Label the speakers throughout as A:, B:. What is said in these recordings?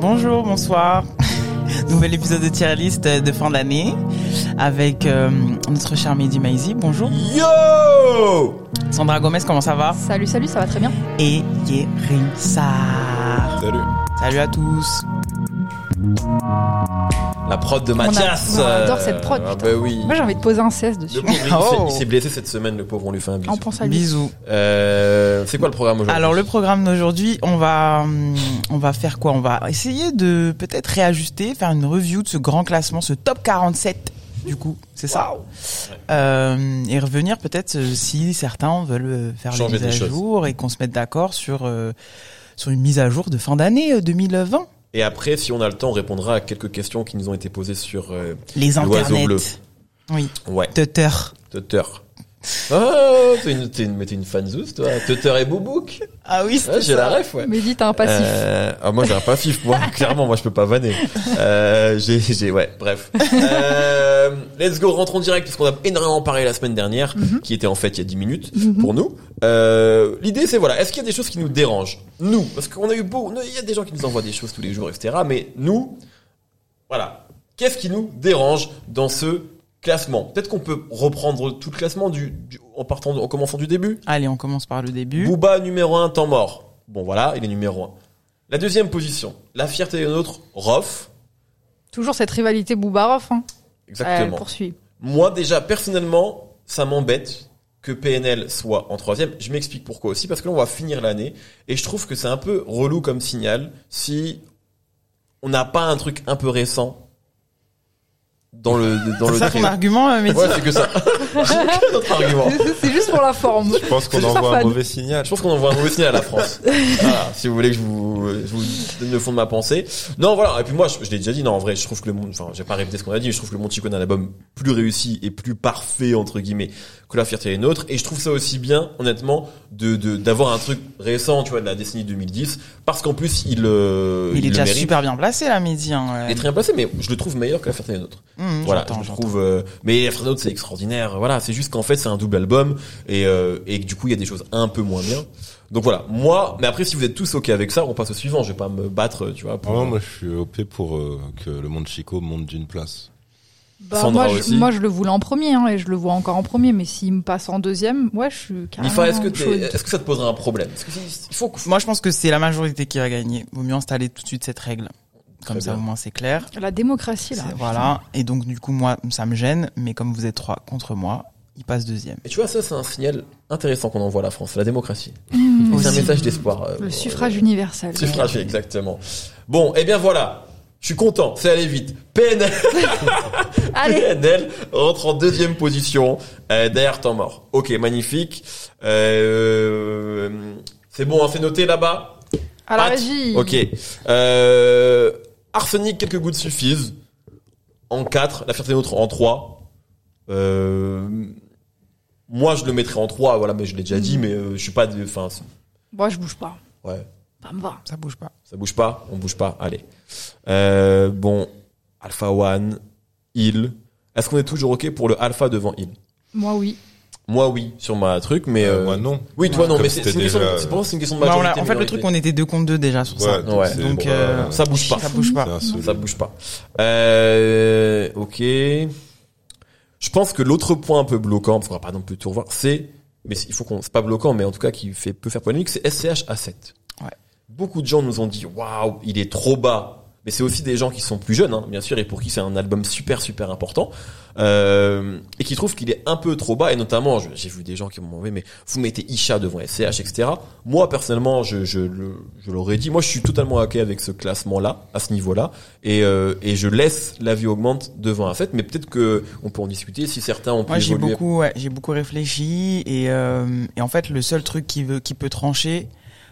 A: Bonjour, bonsoir. Nouvel épisode de tier list de fin d'année avec euh, notre chère Mehdi Maizi. Bonjour.
B: Yo
A: Sandra Gomez, comment ça va
C: Salut, salut, ça va très bien.
A: Et Yerim Sarr.
B: Salut.
A: Salut à tous.
B: La prod de Mathias.
C: on adore
B: euh,
C: cette prod,
B: Ah
C: putain.
B: bah oui.
C: Moi j'ai envie de poser un 16
B: Le
C: dessus.
B: pauvre, il s'est-
A: Oh.
B: il s'est blessé cette semaine, le pauvre, on lui fait un bisou.
C: On pense à lui.
A: Bisous.
B: Euh, c'est quoi le programme aujourd'hui
A: Alors le programme d'aujourd'hui, on va hum, on va faire quoi On va essayer de peut-être réajuster, faire une review de ce grand classement, ce top 47 du coup, c'est ça. Euh, et revenir peut-être euh, si certains veulent euh, faire
B: Changer
A: des
B: des
A: mises à
B: choses.
A: jour et qu'on se mette d'accord sur euh, sur une mise à jour de fin d'année euh, 2020.
B: Et après, si on a le temps, on répondra à quelques questions qui nous ont été posées sur euh,
A: Les
B: L'oiseau
A: internets.
B: bleu.
A: Oui,
B: ouais,
A: Tutter.
B: Tutter. Oh, t'es une, t'es une, mais t'es une fanzouz, toi. Tutter et Boubouk.
A: Ah oui,
B: Ouais, j'ai la ref, ouais.
C: Mais dites un passif.
B: Euh, ah, moi j'ai un passif, moi. Clairement, moi je peux pas vanner. Euh, j'ai, j'ai, ouais, bref. Euh, let's go, rentrons direct parce qu'on a énormément parlé la semaine dernière,
C: Mhm.
B: qui était en fait il y a 10 minutes pour nous. Euh, l'idée c'est voilà, est-ce qu'il y a des choses qui nous dérangent Nous, parce qu'on a eu beau, il y a des gens qui nous envoient des choses tous les jours, etc. Mais nous, voilà, qu'est-ce qui nous dérange dans ce classement Peut-être qu'on peut reprendre tout le classement du, du- en partant, en commençant du début.
A: Allez, on commence par le début.
B: Booba numéro 1, temps mort. Bon voilà, il est numéro 1. La deuxième position, la fierté des nôtres, Rof.
C: Toujours cette rivalité Boubarov. Hein. Elle
B: Exactement.
C: poursuit.
B: Moi déjà, personnellement, ça m'embête que PNL soit en troisième. Je m'explique pourquoi aussi, parce que là on va finir l'année, et je trouve que c'est un peu relou comme signal si on n'a pas un truc un peu récent dans le dans
A: C'est
B: le
A: ça ton
B: trio.
A: argument, euh, Mehdi
B: Ouais, c'est que ça. J'ai aucun autre argument.
C: C'est juste pour la forme.
D: Je pense qu'on
C: C'est
D: envoie
C: pas
D: un
C: fan.
D: mauvais signal.
B: Je pense qu'on envoie un mauvais signal à la France. voilà, si vous voulez que je vous, je vous donne le fond de ma pensée. Non, voilà. Et puis moi, je, je l'ai déjà dit. Non, en vrai, je trouve que le monde, enfin, j'ai pas répété ce qu'on a dit, mais je trouve que le Monde Chico est un album plus réussi et plus parfait, entre guillemets, que La Fierté est nôtre. Et je trouve ça aussi bien, honnêtement, de, de- d'avoir un truc récent, tu vois, de la décennie 2010. Parce qu'en plus, il, euh,
A: Mais il est
B: le
A: déjà
B: mérite.
A: super bien placé là, Mehdi. Hein.
B: Il est très bien placé, mais je le trouve meilleur que La Fierté est nôtre.
A: Mmh,
B: Voilà,
A: j'entends,
B: je
A: j'entends.
B: trouve. euh, mais La Fierté est nôtre, c'est extraordinaire. Voilà, c'est juste qu'en fait, c'est un double album et euh, et que du coup, il y a des choses un peu moins bien. Donc voilà, moi. Mais après, si vous êtes tous ok avec ça, on passe au suivant. Je vais pas me battre, tu vois. Pour...
D: Ah Non, moi je suis OP pour euh, que le monde Chico monte d'une place.
C: Bah,
B: Sandra
C: moi, je,
B: aussi.
C: moi je le voulais en premier hein, et je le vois encore en premier. Mais s'il me passe en deuxième, ouais, je suis carrément.
B: Nifa, est-ce que t'es-
C: chaude.
B: est-ce que ça te posera un problème Parce que c'est- il faut que
A: Moi, je pense que c'est la majorité qui va gagner. Vaut mieux installer tout de suite cette règle. Comme
B: Très
A: ça,
B: bien.
A: au moins, c'est clair.
C: La démocratie là.
A: C'est- Voilà. Et donc, du coup, moi, ça me gêne. Mais comme vous êtes trois contre moi, il passe deuxième.
B: Et tu vois, ça, c'est un signal intéressant qu'on envoie à la France, la démocratie.
C: Mmh.
B: C'est un message d'espoir. euh,
C: Le
B: pour- euh,
C: suffrage universel.
B: Suffrage, exactement. Bon, eh bien voilà. Je suis content, c'est allé vite. PNL,
C: Allez,
B: PNL rentre en deuxième position euh, derrière temps mort. Ok, magnifique. Euh, c'est bon, hein, c'est noté là-bas.
C: à la
B: Pat.
C: régie.
B: Ok. Euh, arsenic, quelques gouttes suffisent. En 4, la fierté nôtre en 3. Euh, moi, je le mettrais en 3, voilà, mais je l'ai déjà dit, mais euh, je suis pas... de- Enfin, c'est-
C: Moi je bouge pas.
B: ouais.
C: Ça me va.
A: Ça bouge pas.
B: Ça bouge pas On bouge pas Allez. Euh, bon, Alpha One, Il. Est-ce qu'on est toujours OK pour le Alpha devant Il
C: Moi oui.
B: Moi, oui, sur ma truc, mais...
D: Euh,
B: euh,
D: moi non.
B: Oui, toi, non,
D: Comme
B: mais c'est
D: c'était
B: c'est une, question de-
D: déjà,
B: c'est pour moi, c'est une question de
A: Bah, on
B: majorité.
A: a- en fait, le truc, on était deux contre deux déjà sur ça.
B: Ouais.
D: c'est-
A: Donc,
D: bon,
A: euh,
D: bah,
B: Ça bouge pas.
A: Ça bouge
D: c'est
A: pas.
D: insolite.
B: Ça bouge pas. Euh, ok. Je pense que l'autre point un peu bloquant, parce qu'on va pas non plus tout revoir, c'est, mais il faut qu'on, c'est pas bloquant, mais en tout cas qui fait, peut faire polémique, c'est SCH A7.
A: Ouais.
B: Beaucoup de gens nous ont dit, waouh, il est trop bas. Mais c'est aussi des gens qui sont plus jeunes, hein, bien sûr, et pour qui c'est un album super, super important, euh, et qui trouvent qu'il est un peu trop bas, et notamment, je- j'ai vu des gens qui m'ont envoyé, mais vous mettez Isha devant SCH, etc. Moi, personnellement, je, je, le- je l'aurais dit, moi, je suis totalement OK avec ce classement-là, à ce niveau-là, et, euh, et je laisse la vie augmente devant un fait, mais peut-être que on peut en discuter si certains ont pu
A: Moi, j'ai
B: évoluer.
A: beaucoup, ouais, j'ai beaucoup réfléchi et, euh, et en fait, le seul truc qui veut, qui peut trancher,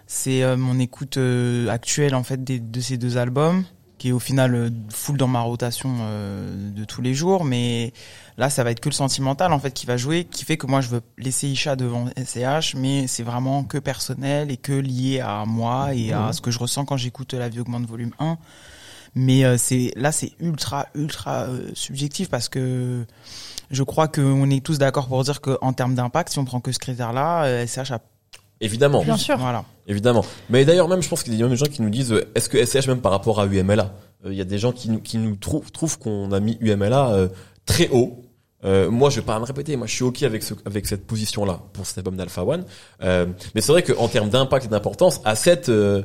A: c'est euh, mon écoute euh, actuelle en fait des, de ces deux albums, qui est au final euh, full dans ma rotation euh, de tous les jours. Mais là, ça va être que le sentimental en fait qui va jouer, qui fait que moi, je veux laisser Isha devant SCH, mais c'est vraiment que personnel et que lié à moi et à ce que je ressens quand j'écoute La Vie augmente volume 1. Mais euh, c'est là, c'est ultra, ultra euh, subjectif parce que je crois qu'on est tous d'accord pour dire qu'en termes d'impact, si on prend que ce critère-là, euh, SCH a
B: Évidemment,
C: Bien sûr.
A: Voilà.
B: évidemment. Mais d'ailleurs, même, je pense qu'il y a des gens qui nous disent, euh, est-ce que SCH, même par rapport à UMLA, euh, il y a des gens qui nous, qui nous trouvent, trouvent qu'on a mis UMLA euh, très haut. Euh, moi, je vais pas me répéter. Moi, je suis ok avec ce, avec cette position-là pour cet album d'Alpha One. Euh, mais c'est vrai qu'en termes d'impact et d'importance, à cette, euh,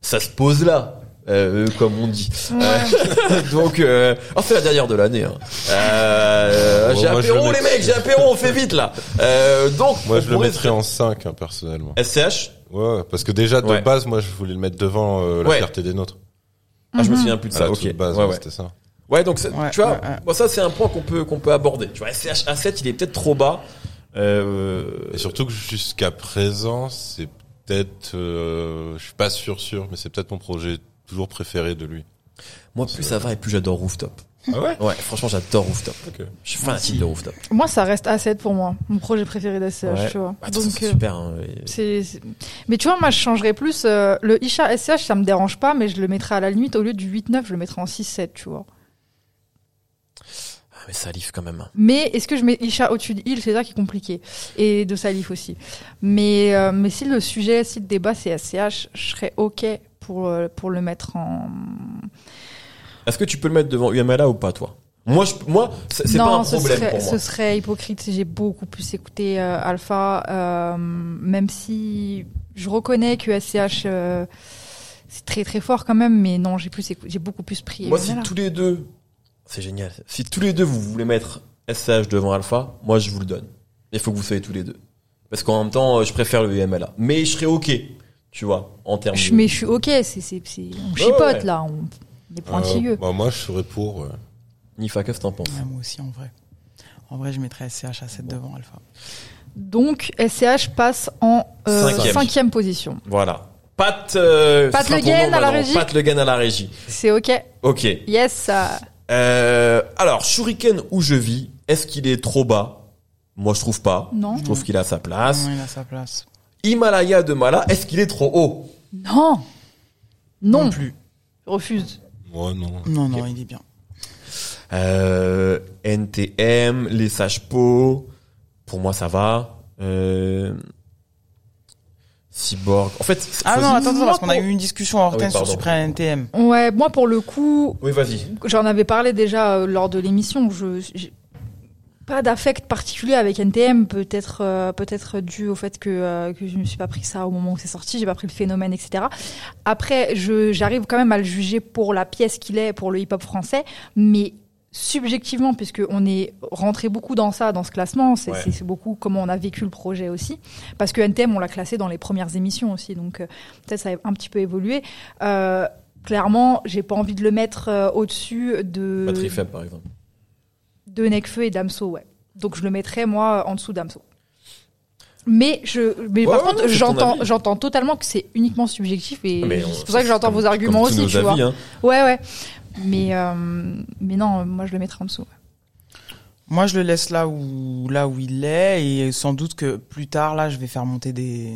B: ça se pose là, euh, comme on dit. Euh, donc, euh, oh, c'est la dernière de l'année. Hein. Euh,
D: Bon,
B: j'ai
D: moi, je
B: apéro,
D: le
B: les
D: mets-
B: mecs, j'ai apéro, on fait vite là. Euh, donc,
D: Moi,
B: on
D: je le
B: pourrait-
D: mettrais en 5, hein, personnellement.
B: SCH.
D: Ouais, parce que déjà, de
B: Ouais.
D: base, moi, je voulais le mettre devant euh, la
B: Ouais.
D: fierté des nôtres.
B: Ah,
C: Mhm. Mmh.
B: je me souviens plus de
D: À
B: ça.
D: la
B: ok.
D: toute base,
B: ouais,
D: ouais,
B: ouais.
D: c'était ça.
B: Ouais, donc c'est-
A: Ouais,
B: tu vois,
A: ouais, ouais.
B: bon, ça c'est un point qu'on peut qu'on peut aborder. Tu vois, SCH A7, il est peut-être trop bas. Euh,
D: Et surtout que jusqu'à présent, c'est peut-être, euh, je suis pas sûr sûr, mais c'est peut-être mon projet toujours préféré de lui.
B: moi, plus ça va et plus j'adore Rooftop.
D: Ah ouais
B: Ouais, franchement, j'adore Rooftop.
D: Ok. Euh,
B: Je suis fanatique de Rooftop.
C: Moi, ça reste A7 pour moi, mon projet préféré d'ACH,
B: Ouais.
C: tu vois.
B: Bah, de toute façon,
C: Donc,
B: c'est
C: euh,
B: super. hein, et-
C: c'est- c'est- Mais tu vois, moi, je changerais plus. euh, le Isha SCH, ça me dérange pas, mais je le mettrais à la limite. Au lieu du 8-9, je le mettrais en 6-7, tu vois.
B: Ah, mais ça livre quand même. hein.
C: Mais est-ce que je mets Isha au-dessus de Hill C'est ça qui est compliqué. Et de Salif aussi. Mais, euh, mais si le sujet, si le débat, c'est SCH, je serais OK pour, euh, pour le mettre en.
B: Est-ce que tu peux le mettre devant UMLA ou pas, toi Moi, je, moi, c'est c'est
C: non,
B: pas un
C: ce
B: problème
C: serait,
B: pour moi.
C: ce serait hypocrite. J'ai beaucoup plus écouté euh, Alpha, euh, même si je reconnais que SCH euh, c'est très très fort quand même, mais non, j'ai plus écou- j'ai beaucoup plus pris.
B: Moi,
C: euh,
B: si
C: voilà.
B: tous les deux, c'est génial. Si tous les deux vous voulez mettre SCH devant Alpha, moi je vous le donne. Il faut que vous soyez tous les deux. Parce qu'en même temps, euh, je préfère le UMLA. Mais je serais ok, tu vois, en termes.
C: Je,
B: de-
C: mais je suis ok, c'est c'est- c'est- on
B: Ouais,
C: chipote
B: ouais.
C: là, on on est
D: Euh,
C: pointilleux.
D: bah, moi, je serais pour. ouais.
B: Nifa, qu'est-ce que t'en penses
A: Ouais, moi aussi, en vrai. En vrai, je mettrais SCH à 7 devant Alpha.
C: Donc SCH passe en euh,
B: Cinquième.
C: cinquième. position.
B: Voilà. Pat, euh,
C: Pat
B: ce sera
C: Le
B: ton nom
C: Guen à la
B: maintenant.
C: régie.
B: Pat Le Guen à la régie.
C: C'est ok,
B: Ok.
C: yes. ça-
B: Euh, alors, Shuriken où je vis, est-ce qu'il est trop bas Moi, je trouve pas.
C: Non.
B: Je trouve qu'il a sa place.
A: Non, il a sa place.
B: Himalaya de Mala, est-ce qu'il est trop haut
C: Non, non,
A: non plus.
C: je refuse.
D: Moi, non.
A: Non, non, il est bien.
B: Euh, NTM, les sages po pour moi ça va. Euh, Cyborg. En fait, c'est-
A: Ah non,
B: choisis-
A: attends, attends, parce qu'on a eu une discussion en
B: Ah oui,
A: retard sur
B: pardon.
A: Suprême NTM.
C: Ouais, moi pour le coup,
B: Oui, vas-y.
C: J'en avais parlé déjà euh, lors de l'émission. Je, j'ai pas d'affect particulier avec NTM, peut-être euh, peut-être dû au fait que, euh, que je ne me suis pas pris ça au moment où c'est sorti, j'ai pas pris le phénomène, etc. Après, je, j'arrive quand même à le juger pour la pièce qu'il est, pour le hip-hop français, mais subjectivement, puisque on est rentré beaucoup dans ça, dans ce classement, c'est,
B: Ouais.
C: c'est- c'est beaucoup comment on a vécu le projet aussi, parce que NTM, on l'a classé dans les premières émissions aussi, donc euh, peut-être ça a un petit peu évolué. Euh, clairement, j'ai pas envie de le mettre euh, au-dessus de,
B: Patrick Feb, par exemple.
C: de Nekfeu et d'Amso, ouais. Donc je le mettrais moi en dessous d'Amso. Mais je,
B: Ouais,
C: mais par
B: ouais, non,
C: contre,
B: c'est ton
C: j'entends,
B: avis.
C: j'entends totalement que c'est uniquement subjectif et
B: Mais on-
C: c'est pour ça que j'entends
B: comme-
C: vos arguments
B: comme tous
C: aussi,
B: nos
C: tu
B: avis,
C: vois.
B: hein.
C: Ouais, ouais. Mais, euh, mais non, moi je le mettrais en dessous. ouais.
A: Moi, je le laisse là où, là où il est, et sans doute que plus tard, là, je vais faire monter des.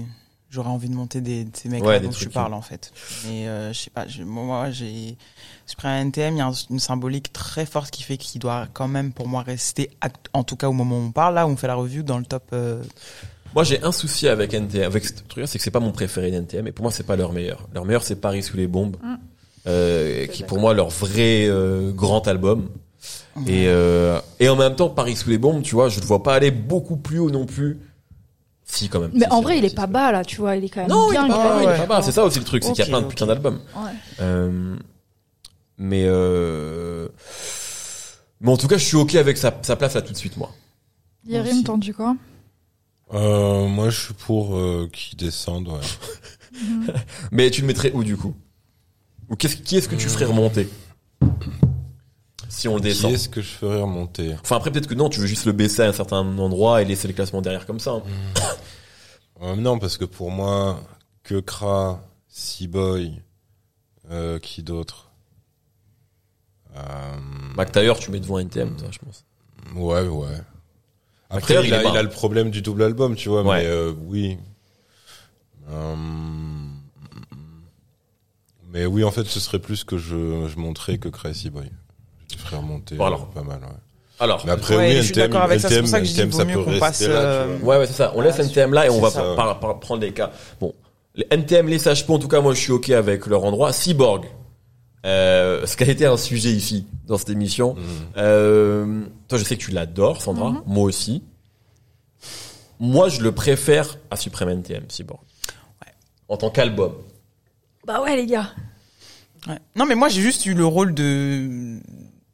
A: J'aurais envie de monter des, de ces mecs
B: Ouais, des
A: dont tu
B: trucs.
A: parles, en fait. Mais euh, je sais pas, j'ai- moi, j'ai. Suprême NTM, il y a un- une symbolique très forte qui fait qu'il doit quand même, pour moi, rester, act- en tout cas au moment où on parle, là où on fait la review, dans le top. euh,
B: Moi, j'ai un souci avec NTM, avec ce truc-là, c'est que c'est pas mon préféré d'NTM, et pour moi, c'est pas leur meilleur. Leur meilleur, c'est Paris sous les bombes,
C: Mm.
B: euh,
C: C'est
B: qui est pour moi leur vrai euh, grand album.
A: Mm.
B: Et, euh, et en même temps, Paris sous les bombes, tu vois, je le vois pas aller beaucoup plus haut non plus. Si, quand même.
C: Mais
B: Si,
C: en
B: si,
C: vrai,
B: si,
C: il est
B: si,
C: pas
B: si.
C: bas là, tu vois, il est quand même
B: Non, il
C: bien.
B: est pas
A: quand
B: bas,
A: même.
B: il est
A: Ouais.
B: pas bas. C'est ça aussi le truc, c'est qu'il y a
A: Ok,
B: plein de
A: ok.
B: putains d'albums.
C: Ouais.
B: Euh, mais euh, mais en tout cas, je suis ok avec sa, sa place là tout de suite, moi.
C: Yérim,
A: Aussi.
C: t'en dis quoi
D: Euh, moi, je suis pour euh, qu'il descende. Ouais.
B: Mais tu le mettrais où du coup Ou qu'est-ce qui est-ce que tu ferais remonter si on le
D: Qui
B: descend
D: est-ce que je ferais remonter
B: Enfin après peut-être que non, tu veux juste le baisser à un certain endroit et laisser le classement derrière comme ça. hein.
D: Mm. Euh, Non, parce que pour moi, que Kra, Seaboy, euh, qui d'autre euh,
B: Mac Taylor, Bah, tu mets devant NTM, toi, je pense.
D: Ouais, ouais. Après,
B: Taylor,
D: il,
B: il est
D: a,
B: pas-
D: il a le problème du double album, tu vois,
B: Ouais.
D: mais euh, oui. Euh, Mais oui, en fait, ce serait plus que je, je montrais que Crazy Boy. Je te ferais remonter
B: Bon, alors.
D: euh, pas mal, ouais.
B: Alors,
D: Mais après,
A: Ouais,
D: oui,
A: je
D: NTM,
A: suis d'accord avec ça, c'est
D: NTM,
A: pour ça que je dis
D: NTM,
A: vaut
D: ça
A: mieux
D: peut
A: qu'on
D: rester
A: passe,
D: là, tu
A: euh,
D: vois.
B: ouais, ouais, c'est ça. On laisse
A: Voilà,
B: NTM là et on
A: c'est
B: va
A: ça.
B: par- par- par- prendre des cas. Bon, les NTM, les sages en tout cas, moi, je suis ok avec leur endroit. Cyborg, euh, ce qui a été un sujet ici dans cette émission.
D: Mhm.
B: Euh, toi, je sais que tu l'adores, Sandra.
C: Mhm.
B: Moi aussi. Moi, je le préfère à Supreme NTM, Cyborg. En tant qu'album.
C: Bah ouais, les gars.
A: Ouais. Non, mais moi, j'ai juste eu le rôle de.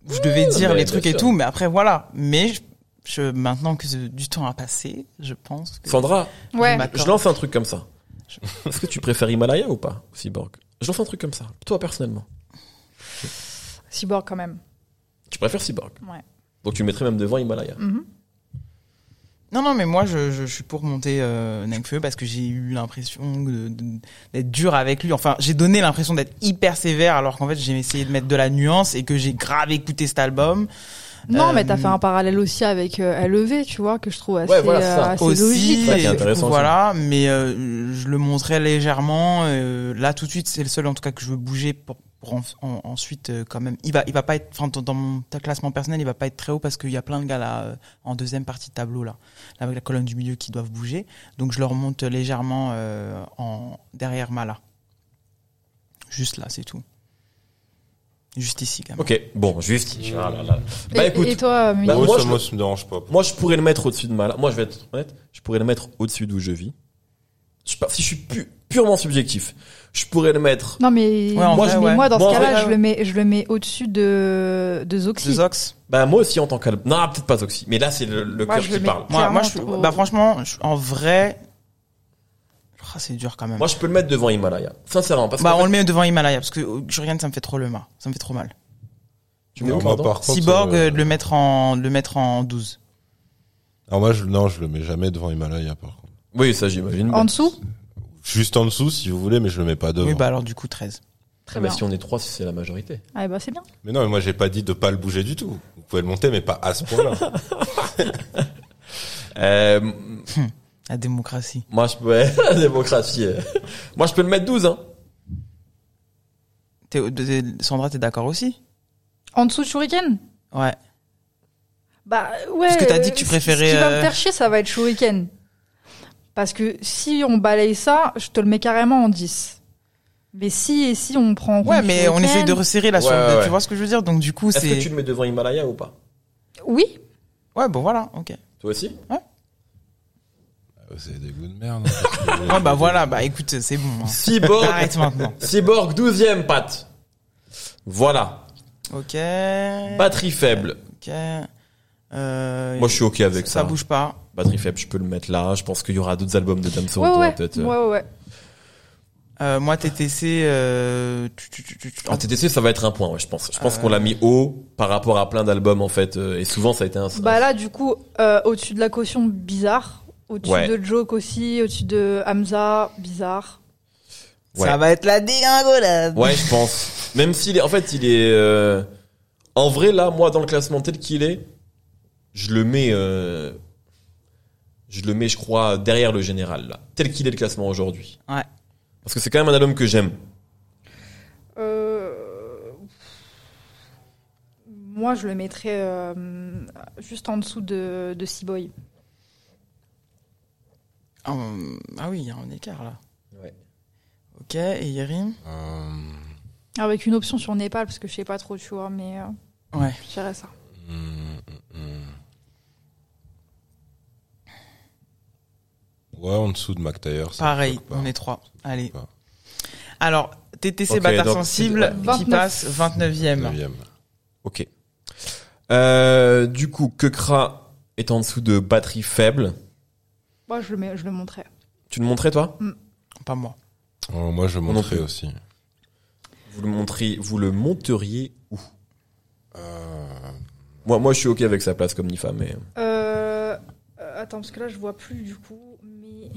A: Je devais dire
B: mais
A: les
B: bien
A: trucs et
B: sûr.
A: tout, mais après, voilà. Mais je, je- maintenant que ce- du temps a passé, je pense que.
B: Sandra,
C: Ouais.
A: Ma- D'accord.
B: je lance un truc comme ça. Est-ce que tu préfères Himalaya ou pas, Cyborg Je lance un truc comme ça. Toi, personnellement.
C: Cyborg quand même.
B: Tu préfères Cyborg
C: Ouais.
B: Donc, tu le mettrais même devant Himalaya.
C: Mhm.
A: Non, non, mais moi, je, je, je suis pour monter euh, Nekfeu parce que j'ai eu l'impression de- de- d'être dur avec lui. Enfin, j'ai donné l'impression d'être hyper sévère alors qu'en fait, j'ai essayé de mettre de la nuance et que j'ai grave écouté cet album.
C: Non,
A: Euh,
C: mais t'as fait un parallèle aussi avec euh, LEV, tu vois, que je trouve assez,
B: voilà, c'est ça. Bah,
C: euh, assez
A: aussi.
C: logique.
B: ça qui est
A: et
B: intéressant,
A: Voilà, mais euh, je le montrais légèrement. euh, là, tout de suite, c'est le seul en tout cas que je veux bouger pour, pour en- en- ensuite euh, quand même. Il va, il va pas être, enfin, dans, dans mon ta- classement personnel, il va pas être très haut parce qu'il y a plein de gars là euh, en deuxième partie de tableau là, là, avec la colonne du milieu qui doivent bouger. Donc je le remonte légèrement euh, en derrière Mala. Juste là, c'est tout. Juste ici quand même.
B: Ok, bon, juste. Ah là là.
C: Et-
B: Bah écoute,
C: et, toi, Mehdi
B: Bah,
D: Moi,
B: moi,
D: ça,
B: je-
D: moi, ça me dérange pas.
B: moi je pourrais le mettre au-dessus de ma. Moi je vais être honnête, je pourrais le mettre au-dessus d'où je vis. Je sais pas, si je suis pu- purement subjectif, je pourrais le mettre.
C: Non, mais
A: Ouais, en
C: moi,
A: vrai,
C: je- mais
A: ouais.
C: moi, dans
B: Moi, en
C: ce
B: vrai,
C: cas-là,
B: ouais,
C: je le mets, je le mets au-dessus de, de Zoxy.
A: Deux ox.
B: Bah moi aussi en tant qu'album. Non, peut-être pas Zoxy, mais là c'est le, le
C: Moi,
B: cœur
C: je
B: qui
C: le mets.
B: parle.
A: Moi, moi, je,
C: Clairement, trop-
A: bah franchement, je- en vrai, Ah, c'est dur quand même.
B: Moi je peux le mettre devant Himalaya, sincèrement, parce que
A: Bah, on le met devant Himalaya parce que euh, Jurian, ça me fait trop le mal. Ça me fait trop mal.
B: tu mets où,
D: Alors, moi,
B: pardon
D: par contre,
A: Cyborg,
D: euh,
A: euh, de le mettre en, de le mettre en 12.
D: Alors moi, je, non, je le mets jamais devant Himalaya, par contre.
B: Oui, ça j'imagine.
A: bah,
B: Ah,
C: En
B: bien.
C: dessous
D: Juste en dessous, si vous voulez, mais je le mets pas devant.
A: Oui, bah, alors, du coup, 13.
C: Très
B: Ah,
C: bien.
B: bah, si on est trois, c'est la majorité.
C: Ah, bah, c'est bien.
D: Mais non, mais moi, j'ai pas dit de pas le bouger du tout. Vous pouvez le monter, mais pas à ce point-là.
B: Euh,
A: La démocratie.
B: moi je peux la démocratie. euh. moi je peux le mettre 12 hein.
A: T'es- t'es- Sandra, t'es d'accord aussi?
C: En dessous de Shuriken
A: Ouais.
C: Bah ouais.
A: Parce que t'as dit que tu
C: euh,
A: préférais,
C: Ce qui va
A: euh,
C: me faire chier, ça va être Shuriken. Parce que si on balaye ça, je te le mets carrément en 10. Mais si et si on prend. en
A: Ouais,
C: compte
A: mais on
C: Shuriken-
A: essaye de resserrer la
B: Ouais,
A: sur
B: ouais, ouais.
A: Tu vois ce que je veux dire? Donc, du coup,
B: Est-ce que
A: c'est.
B: tu le mets devant Himalaya ou pas
C: Oui.
A: Ouais, bon, voilà, ok.
B: Toi aussi
D: Vous avez Ah, des goûts de merde. hein.
A: Ouais, bah, voilà, bah, écoute, c'est bon. hein.
B: Cyborg
A: Arrête maintenant.
B: Cyborg 12ème Pat. Voilà.
A: Ok.
B: Batterie faible.
A: Ok. Euh,
B: Moi je suis ok avec ça. hein.
A: Ça bouge pas.
B: Batterie faible, je peux le mettre là. Je pense qu'il y aura d'autres albums de Damso.
C: Ouais,
B: toi,
C: ouais.
B: peut-être. euh.
C: ouais, ouais, ouais.
A: Euh, moi, TTC, euh, tu, tu, tu, tu- tu-
B: Ah, TTC, ça va être un point, ouais, je pense. Je pense
A: Euh.
B: qu'on l'a mis haut par rapport à plein d'albums en fait. euh, Et souvent ça a été un.
C: Bah là, du coup, euh, au-dessus de la caution, bizarre. Au-dessus
B: Ouais.
C: de Joke aussi, au-dessus de Hamza, bizarre.
B: ouais.
A: Ça va être la dégringolade.
B: Ouais, je pense. Même s'il est, en fait, il est. euh, En vrai, là, moi, dans le classement tel qu'il est, je le mets. euh, Je le mets, je crois, derrière le général là, tel qu'il est le classement aujourd'hui.
A: Ouais.
B: Parce que c'est quand même un album que j'aime.
C: Euh, Moi, je le mettrais euh, juste en dessous de, de Seaboy.
A: Ah, euh, ah oui, il y a un écart là.
B: Ouais.
A: Ok, et Yerim
D: Euh,
C: Avec une option sur Népal, parce que je sais pas trop, tu vois, mais euh,
A: Ouais.
C: je dirais ça.
D: hum, hum. hum. Ouais, en dessous de Mac Taylor. ça me
A: Pareil,
D: choque pas.
A: on est trois. Allez.
D: pas.
A: Alors, TTC
B: Ok,
A: Bâtard
B: donc,
A: Sensible
C: c'est- ouais.
A: qui
C: 29.
A: passe 29e.
D: Neuvième.
B: Ok. Euh, du coup, Kekra est en dessous de batterie faible.
C: Moi, je le, mets, je le montrais.
B: Tu le montrais, toi
A: Pas moi.
D: Oh, moi, je le
B: Non
D: montrais
B: plus.
D: aussi.
B: vous le, montrez, vous le monteriez où
D: Euh,
B: moi, moi, je suis OK avec sa place comme Nifa, mais...
C: Euh, euh, attends, parce que là, je vois plus du coup. Mais...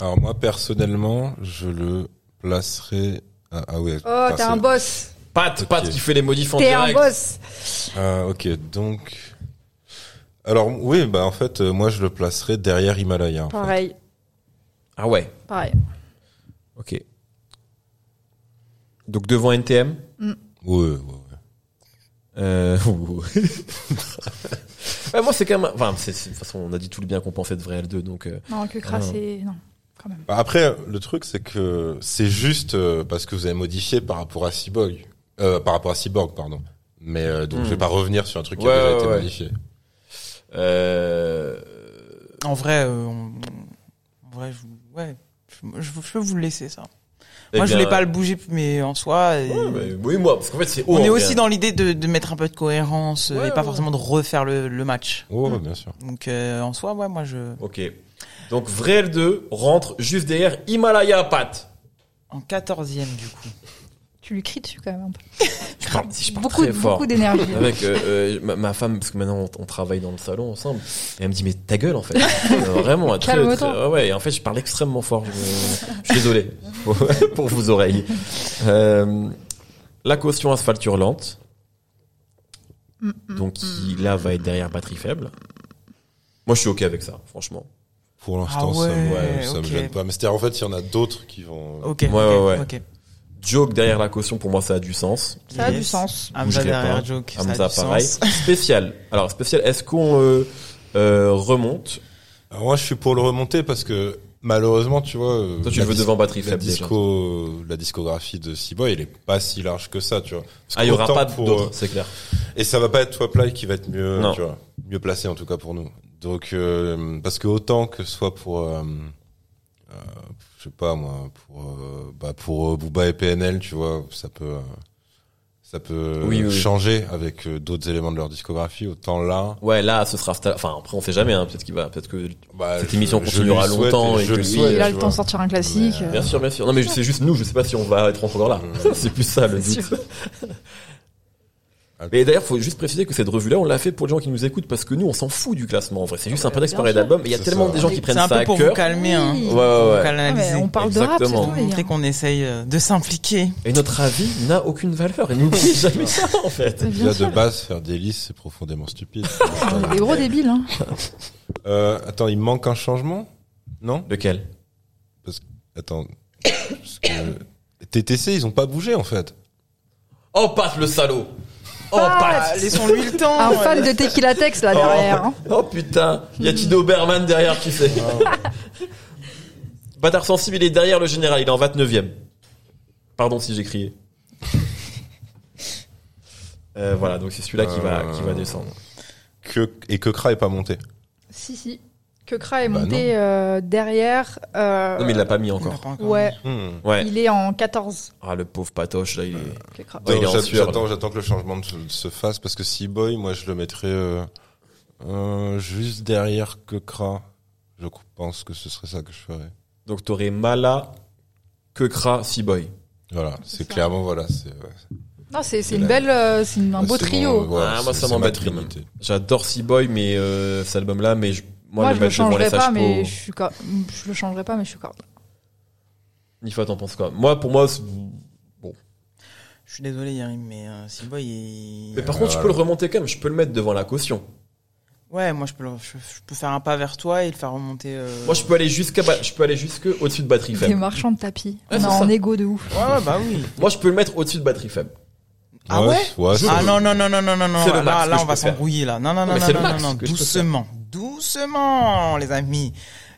D: alors, moi, personnellement, je le placerais. Ah, ah ouais.
C: Oh,
D: putain,
C: t'es un
D: c'est-
C: boss
B: Pat,
D: Ok.
B: Pat qui fait les modifs en
C: T'es un
B: direct.
C: boss
D: Ah, ok, donc. Alors, oui, bah, en fait, euh, moi, je le placerais derrière Himalaya. en fait.
C: Pareil,
B: Ah ouais,
C: pareil.
B: OK. Donc devant NTM
D: Ouais, ouais, ouais.
B: Euh, ouh. Ouais, moi, c'est quand même. Enfin, c'est- c'est- de toute façon, on a dit tout le bien qu'on pensait de vrai L2, donc. euh,
C: Non, que
B: Ah.
C: Kras et... Non, quand même.
D: Bah, Après, le truc, c'est que c'est juste euh, parce que vous avez modifié par rapport à Cyborg. Euh, par rapport à Cyborg, pardon. Mais euh, donc,
B: Hmm.
D: je vais pas revenir sur un truc qui
B: Ouais,
D: a déjà
B: ouais,
D: été
B: ouais.
D: modifié.
B: euh,
A: En vrai, euh, on- en vrai, je, vous- ouais, je, je- je peux vous le laisser ça.
B: eh
A: Moi, je
B: bien,
A: voulais pas le bouger, mais en soi, euh,
B: ouais, mais- oui, moi, parce qu'en fait, c'est.
A: on
B: haut,
A: est
B: en
A: aussi
B: vrai.
A: dans l'idée de, de mettre un peu de cohérence euh,
B: Ouais,
A: et pas
B: ouais.
A: forcément de refaire le, le match.
D: Oh, bien sûr.
A: Donc, euh, en soi, ouais, moi, je
B: Ok. Donc, vrai L2 rentre juste derrière Himalaya Pat.
A: en 14e du coup.
C: Tu lui cries dessus quand même un peu.
B: Je parle, si je parle
C: beaucoup
B: très fort.
C: beaucoup d'énergie.
B: Avec euh, euh, ma, ma femme, parce que maintenant on, on travaille dans le salon ensemble, et elle me dit mais ta gueule en fait, Euh, vraiment. elle est Très,
C: Calme-toi.
B: très, ouais, ouais, et en fait je parle extrêmement fort. Je, je suis désolé pour, pour vos oreilles. Euh, la caution asphalte hurlante,
C: Mm, mm.
B: donc qui là va être derrière batterie faible. Moi je suis ok avec ça, franchement.
D: Pour l'instant,
A: Ah
D: ça, me-
A: ouais,
D: ça
A: ok.
D: me gêne pas. Mais c'est-à-dire, en fait, il y en a d'autres qui vont. euh,
A: Ok.
B: Ouais,
A: ok,
B: ouais, ouais.
A: ok.
B: Joke derrière la caution pour moi ça a du sens.
C: Ça a
A: Yes.
C: du sens.
A: Hamza
B: Bougerai
A: derrière
B: pas.
A: joke. ça a
B: Hamza
A: du
B: Ah, pareil.
A: sens.
B: Spécial. Alors spécial, est-ce qu'on euh, euh, remonte
D: Alors, moi, je suis pour le remonter parce que malheureusement, tu vois. euh,
B: Toi tu
D: la
B: le veux
D: dis-
B: devant batterie
D: La,
B: faible déjà.
D: disco, la discographie de Seaboy, elle est pas si large que ça, tu vois. Parce
B: Ah, il y aura
D: qu'autant
B: pas
D: pour, euh,
B: d'autres, c'est clair.
D: Et ça va pas être Swaply qui va être mieux,
B: Non.
D: tu vois, mieux placé en tout cas pour nous. Donc euh, parce que autant que ce soit pour, euh, euh, je sais pas moi, pour euh, bah pour euh, Booba et PNL, tu vois, ça peut euh, ça peut
B: Oui, oui, oui.
D: changer avec euh, d'autres éléments de leur discographie. Autant là,
B: Ouais, là, ce sera. Star- Enfin, après, on sait jamais. Hein, peut-être qu'il va. Peut-être que.
D: bah,
B: Cette
D: je-
B: émission
D: je
B: continuera
D: lui souhaite
B: longtemps et
D: je
B: que
D: le
B: lui, euh,
D: souhaite,
C: Il a
D: tu
C: le
D: vois.
C: temps de sortir un classique.
D: Mais, euh,
B: Bien sûr, bien sûr. Non, mais c'est juste nous. Je sais pas si on va être encore là. c'est plus ça le
C: C'est
B: but.
D: Ah.
B: Mais d'ailleurs, faut juste préciser que cette revue-là, on l'a fait pour les gens qui nous écoutent parce que nous, on s'en fout du classement. En vrai, c'est juste un prétexte
C: bien
B: pour parler
C: sûr.
B: d'album. Et il y a
D: C'est
B: tellement
D: ça.
B: des gens qui
A: C'est
B: prennent
A: un
B: ça
A: peu
B: à
A: pour vous
B: cœur.
A: calmer, hein,
C: Oui.
B: Ouais,
A: pour vous
B: ouais, ouais.
C: Ah, mais
A: canaliser.
C: on parle de rap, c'est
B: Exactement.
C: tout. il y a-
A: montrer qu'on essaye euh, de simplifier.
B: Et notre avis n'a aucune valeur. Et nous, on dit jamais ça, en fait.
C: Bien
D: Déjà
C: sûr.
D: de base, faire des listes, c'est profondément stupide.
C: On est des gros débiles. Hein.
D: Euh, attends, il manque un changement Non
B: Lequel
D: Attends. Parce que TTC, ils ont pas bougé en fait.
B: Oh, Pat, le salaud Oh,
A: Ah,
B: Pat
A: Laissons-lui le temps. euh,
C: Un fan de Tequila Tex là derrière. hein.
B: Oh putain, y a Tino Berman derrière qui fait.
C: Ah.
B: Bâtard sensible, il est derrière le général, il est en 29ème. Pardon si j'ai crié. Euh, voilà, donc c'est celui-là qui va, qui va descendre.
D: Que, et que Kra est pas monté.
C: Si, si. Que Kra est
D: Bah,
C: monté euh, derrière. euh,
B: Non mais il l'a pas mis
A: On l'a
B: encore.
A: pas encore
C: Ouais,
B: Ouais.
C: il est en 14.
B: Ah le pauvre patoche là, il est...
C: Que Kra.
D: Donc,
B: Ouais, il est en
D: j'a-
B: sueur,
D: J'attends, j'attends que le changement ne se- se fasse parce que si Boy, moi je le mettrais euh, euh, juste derrière que Kra. Je cou- pense que ce serait ça que je ferais.
B: Donc t'aurais Mala, Kekra, Seaboy.
D: Voilà, c'est
C: ça.
D: clairement voilà, c'est ouais.
C: Non, c'est c'est
D: Il
C: une
D: a-
C: belle, euh, c'est une- un
D: Ouais,
C: beau
D: c'est
C: trio.
D: bon, voilà,
B: Ah, moi,
D: c'est-
B: ça
D: c'est ma
B: m'embête quand même.
D: trinité.
B: J'adore Seaboy mais euh, cet album là, mais je... moi,
C: Moi,
B: le
C: je le
B: mettre devant
C: changerai
B: les
C: pas,
B: sages
C: mais
B: peaux-
C: je suis cor- je le changerai pas, mais je suis corde.
B: Nifa t'en penses quoi Moi pour moi... c'est-
A: Je suis désolé, Yarim, mais euh, Silva, il.
B: Mais par contre je peux le remonter quand même, je peux le mettre devant la caution.
A: Ouais, moi, je peux, le- je, je peux faire un pas vers toi et le faire remonter. euh,
B: Moi, je peux aller jusqu'à, ba- je peux aller jusque au-dessus de batterie
C: Des
B: faible.
C: marchands de tapis.
B: Ouais,
C: On est
B: c'est ça.
C: en égo de ouf.
A: Ouais, ouais, bah oui.
B: Moi, je peux le mettre au-dessus de batterie faible.
A: Ah ouais
D: c'est-
A: Ah non, non, non, non, non, non, non.
B: C'est le
A: Là,
B: max que
A: là
B: je
A: on va
B: peux faire.
A: s'embrouiller, là. Non, non,
B: Non,
A: non,
B: mais
A: non,
B: c'est le
A: non,
B: max
A: non, non.
B: que je peux
A: Doucement. Doucement, les amis.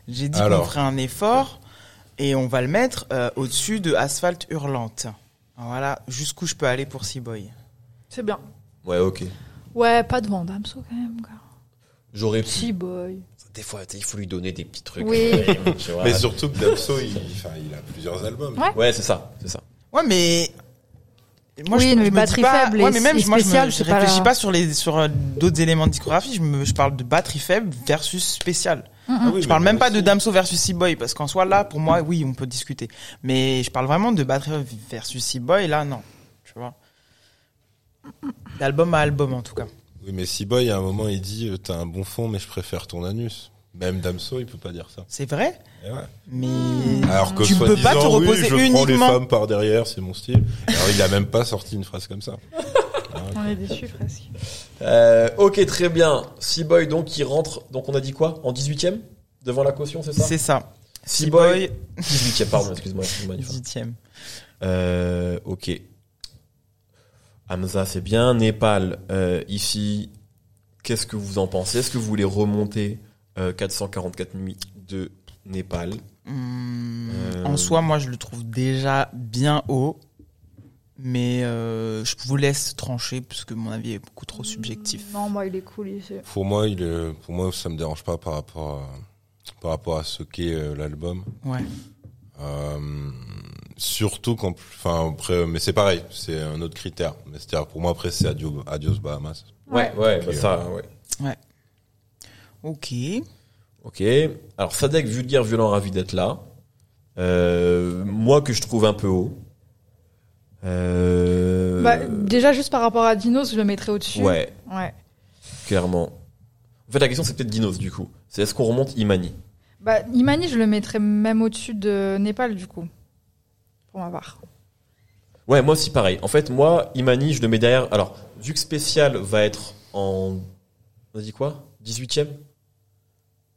A: J'ai dit qu'on
D: Alors.
A: ferait un effort et on va le mettre euh, au-dessus de Asphalte Hurlante. Voilà, jusqu'où je peux aller pour Seaboy.
C: C'est bien.
B: Ouais, ok.
C: Ouais, pas devant Damso quand même. quoi.
B: J'aurais
C: Si, boy.
B: Des fois, tu sais, il faut lui donner des petits trucs.
C: Oui.
B: Tu vois.
D: Mais surtout que Damso, il, enfin, il a plusieurs albums.
C: Ouais.
B: Ouais, c'est ça, c'est ça.
A: Ouais, mais. Moi,
C: Oui,
A: je,
C: mais
A: je me
C: batterie
A: dis pas-
C: faible
A: ouais,
C: et-
A: mais même,
C: et
A: moi, je, me-
C: spéciale,
A: je
C: c'est pas
A: réfléchis
C: la-
A: pas, sur les sur euh, d'autres éléments de discographie. Je, me, je parle de batterie faible versus spécial.
D: Ah oui,
A: Je parle
D: mais
A: même pas de
D: aussi.
A: Damso versus C-Boy parce qu'en soi là pour moi oui on peut discuter mais je parle vraiment de batterie faible versus C-Boy là non tu vois d'album à album en tout cas
D: Oui, mais si Boy, à un moment, il dit euh, T'as un bon fond, mais je préfère ton anus. Même Damso, il peut pas dire ça.
A: c'est vrai
D: Eh ouais.
A: mais
D: Alors que
A: Tu peux pas te
D: soi-disant, oui,
A: reposer
D: je prends les
A: uniquement-
D: femmes par derrière, c'est mon style. Alors il a même pas sorti une phrase comme ça.
C: On est déçus presque.
B: Euh, ok, très bien. Seaboy, donc, qui rentre, donc, on a dit quoi? En 18ème? Devant la caution, c'est ça?
A: c'est ça
B: C-Boy.
A: C-Boy
B: 18ème, pardon, excuse-moi. excuse-moi, Nifa.
A: 18 e
B: Euh, ok. Euh, Hamza, c'est bien. Népal, euh, ici, qu'est-ce que vous en pensez Est-ce que vous voulez remonter euh, 444 nuits de Népal
A: Hum,
D: Mmh.
B: Euh.
A: En soi, moi, je le trouve déjà bien haut. Mais euh, je vous laisse trancher parce que mon avis est beaucoup trop subjectif.
C: Non, moi, il est cool. il est-
D: Pour moi, il est- pour moi, ça me dérange pas par rapport à, par rapport à ce qu'est euh, l'album.
A: Ouais.
D: Euh, surtout quand, enfin, après, mais c'est pareil, c'est un autre critère. Mais c'est-à-dire, pour moi, après, c'est adios, adios Bahamas.
B: Ouais, ouais, bah,
D: Ok.
B: ça, ouais.
A: Ok.
B: Ok. Alors, Sadek, vulgaire, violent, ravi d'être là. Euh, moi, que je trouve un peu haut. Euh,
C: Bah, déjà, juste par rapport à Dinos, je le mettrais au-dessus.
B: ouais,
C: Ouais.
B: clairement. En fait, la question, c'est peut-être Dinos, du coup. C'est est-ce qu'on remonte Imani
C: Bah, Imani, je le mettrais même au-dessus de Népal, du coup. Pour ma part.
A: Hmm.
B: Ouais, moi aussi pareil. En fait, moi, Imani, je le mets derrière. Alors, Zuc Spécial va être en. On a dit quoi 18ème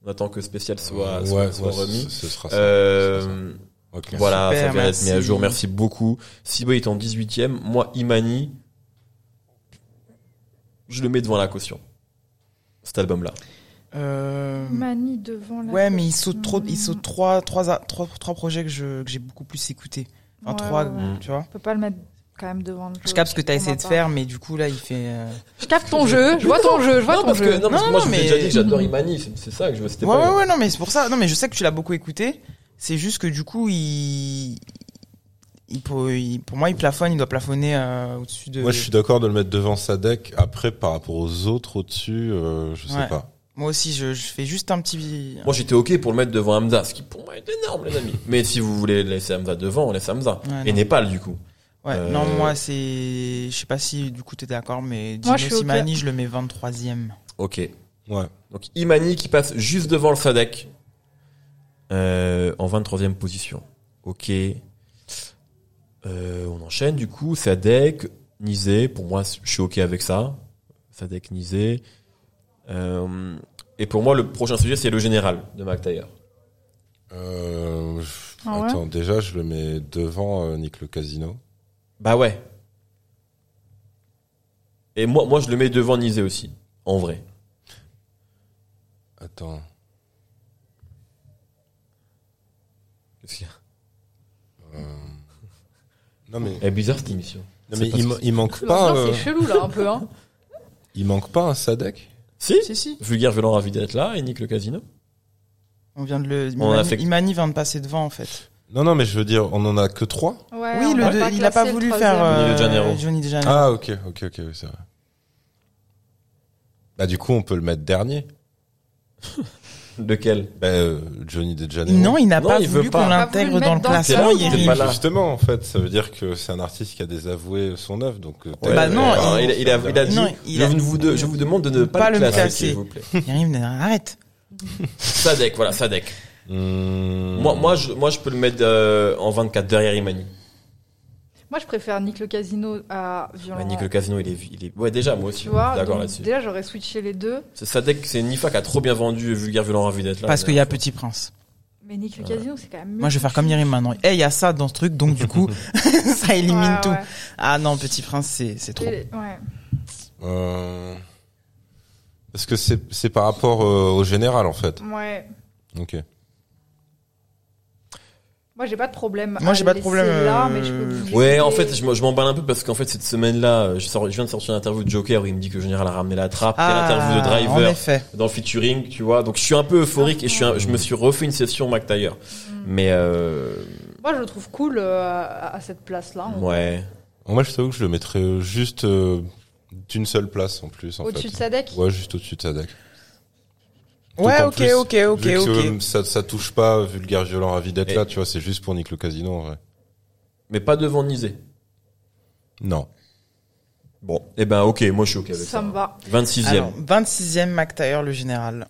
B: On attend que Spécial soit,
D: Ouais,
B: soit,
D: Euh, ouais,
B: soit
D: ce-
B: remis.
D: Ce, sera ça. ce sera
B: Euh,
D: ça. Ok.
B: voilà,
A: Super,
B: ça vient d'être mis à
A: merci.
B: jour. Merci beaucoup. Siba est en 18ème. Moi, Imani, je le mets devant la caution. Cet album-là.
A: Euh,
C: Imani devant la.
A: Ouais, mais il saute trop. Il saute trois, trois, a- trois, trois projets que je- que j'ai beaucoup plus écoutés. Enfin,
C: Ouais,
A: trois,
C: ouais, ouais.
A: tu vois.
C: On peut pas le mettre quand même devant le jeu.
A: Je capte ce que t'as
C: Pour
A: essayé
C: ma
A: de
C: part.
A: faire, mais du coup là, il fait. euh,
C: Je capte ton jeu, je vois ton jeu, je vois
B: Non,
C: ton
B: parce
C: jeu.
B: que, non, parce que
A: Non,
B: moi,
A: non,
B: je vous ai
A: mais-
B: déjà dit que j'adore Imani. C'est- C'est ça que je veux. C'était
A: Ouais,
B: pas.
A: ouais, ouais, non, mais c'est pour ça. Non, mais je sais que tu l'as beaucoup écouté. C'est juste que du coup, il. il pour, il- pour moi, il plafonne, il doit plafonner euh, au-dessus de.
D: Moi, je suis d'accord de le mettre devant Sadek. Après, par rapport aux autres au-dessus, euh, je sais
A: Ouais.
D: pas.
A: Moi aussi, je, je fais juste un petit.
B: Moi j'étais ok pour le mettre devant Hamza, ce qui pour moi est énorme les amis. Mais si vous voulez laisser Hamza devant, on laisse Hamza.
A: Ouais,
B: et
A: non.
B: Népal du coup.
A: Ouais,
B: euh,
A: non, moi, c'est. Je sais pas si du coup t'es d'accord, mais Dino
C: Moi, je suis
A: Simani, je le mets 23ème.
B: Ok.
D: Ouais.
B: Donc Imani qui passe juste devant le Sadek. Euh, en 23 e position. Ok. Euh, on enchaîne du coup. Sadek, Nizé, pour moi je suis ok avec ça. Sadek, Nizé. Euh, et pour moi le prochain sujet c'est le général de McTayer.
D: Euh, je-
C: Ah ouais
D: Attends, déjà, je le mets devant euh, Nick le Casino.
B: Bah ouais. Et moi, moi, je le mets devant Nizé aussi, en vrai.
D: Attends. Non mais,
B: Elle est bizarre cette émission.
D: non, mais
B: Eh, pas
D: il,
B: ce
D: ma- il manque pas,
C: L'ambiance
D: euh,
C: est chelou là un peu hein.
D: il manque pas un Sadek.
B: Si
A: Si, si.
B: Vulgaire, violent, ravi d'être là, et nique le casino.
A: On vient de le.
B: On
A: Imani,
B: a fait-
A: Imani vient de passer devant en fait.
D: Non non mais je veux dire, on en a que trois.
C: Ouais,
A: oui,
C: on
A: le
C: va
A: deux-
C: pas
A: il a pas
C: classer le
A: voulu
C: troisième.
A: faire euh,
B: Johnny De Janeiro.
A: Johnny De Janeiro.
D: Ah ok ok ok oui, c'est vrai. Bah du coup on peut le mettre dernier.
B: Lequel
D: Bah, euh, Johnny DeJaneiro.
A: Non, il n'a
B: Non,
A: pas
B: il
A: voulu
B: veut pas.
A: qu'on
B: Il a
C: pas voulu
A: l'intègre
C: le
A: dans le
C: mettre dans le
A: classement.
B: salon,
A: il-
B: il est
A: il-
B: pas là.
D: Bah, Justement en fait, ça veut dire que c'est un artiste qui a désavoué son œuvre donc. euh,
A: Ouais, Bah non,
B: alors,
A: il-
B: il, a- il a, il a dit.
A: Non, il
B: je,
A: a-
B: vous de- je vous demande de ne pas,
A: Pas
B: le
A: le
B: classer,
A: classer.
B: s'il vous plaît.
A: il arrive derrière. Arrête.
B: Sadek, voilà, Sadek.
D: hmm,
B: Moi, moi, je, moi, je peux le mettre euh, en 24 derrière Imani.
C: Moi je préfère Nick le casino à violent.
B: Ouais, nique le casino, il est, il est. Ouais, déjà, moi aussi.
C: tu vois,
B: D'accord
C: donc
B: là-dessus.
C: déjà j'aurais switché les deux,
B: C'est Sadek, c'est Nifa qui a trop bien vendu Vulgaire, violent, ravi d'être là.
A: Parce qu'il y a Petit Prince.
C: mais Nick le
B: Ouais.
C: casino c'est quand même mieux.
A: Moi, je vais faire comme Yerim maintenant. Eh, il y a ça dans ce truc, donc du coup, ça élimine
C: Ouais,
A: tout.
C: ouais.
A: Ah non, Petit Prince, c'est c'est trop.
C: Et- ouais.
D: euh, Parce que c'est c'est par rapport euh, au général en fait.
C: Ouais.
D: Ok.
C: Moi j'ai pas de problème.
A: Moi,
C: à
A: j'ai pas de
C: le
A: problème,
C: laisser Là,
A: euh,
C: mais je peux vous
B: Ouais,
C: laisser-
B: en fait, je, m- je m'emballe un peu parce qu'en fait, cette semaine-là, euh, je, sors- je viens de sortir une interview de Joker où il me dit que le général a ramené la trappe, il y a l'interview de
A: Ah, en
B: Driver
A: effet.
B: dans le featuring, tu vois. Donc, je suis un peu euphorique et je, suis un- je me suis refait une session McTayer. Mais, euh,
C: Moi je le trouve cool euh, à, à cette place là.
B: ouais.
D: Moi, je t'avoue que je le mettrais juste euh, d'une seule place en plus. En
C: Au-dessus
D: fait.
C: de Sadek.
D: Ouais, juste au-dessus de Sadek.
A: Ouais,
D: D'autant
A: ok,
D: plus,
A: ok, ok,
D: vu que,
A: ok.
D: euh, ça, ça touche pas vulgaire, violent, ravi d'être
B: Et-
D: là, tu vois, c'est juste pour Nick le Casino en vrai.
B: Mais pas devant Nizé.
D: Non.
B: Bon. Eh ben, ok, moi, je suis ok avec ça.
C: Ça me va.
B: 26ème.
A: Alors, 26e McTayer, le général.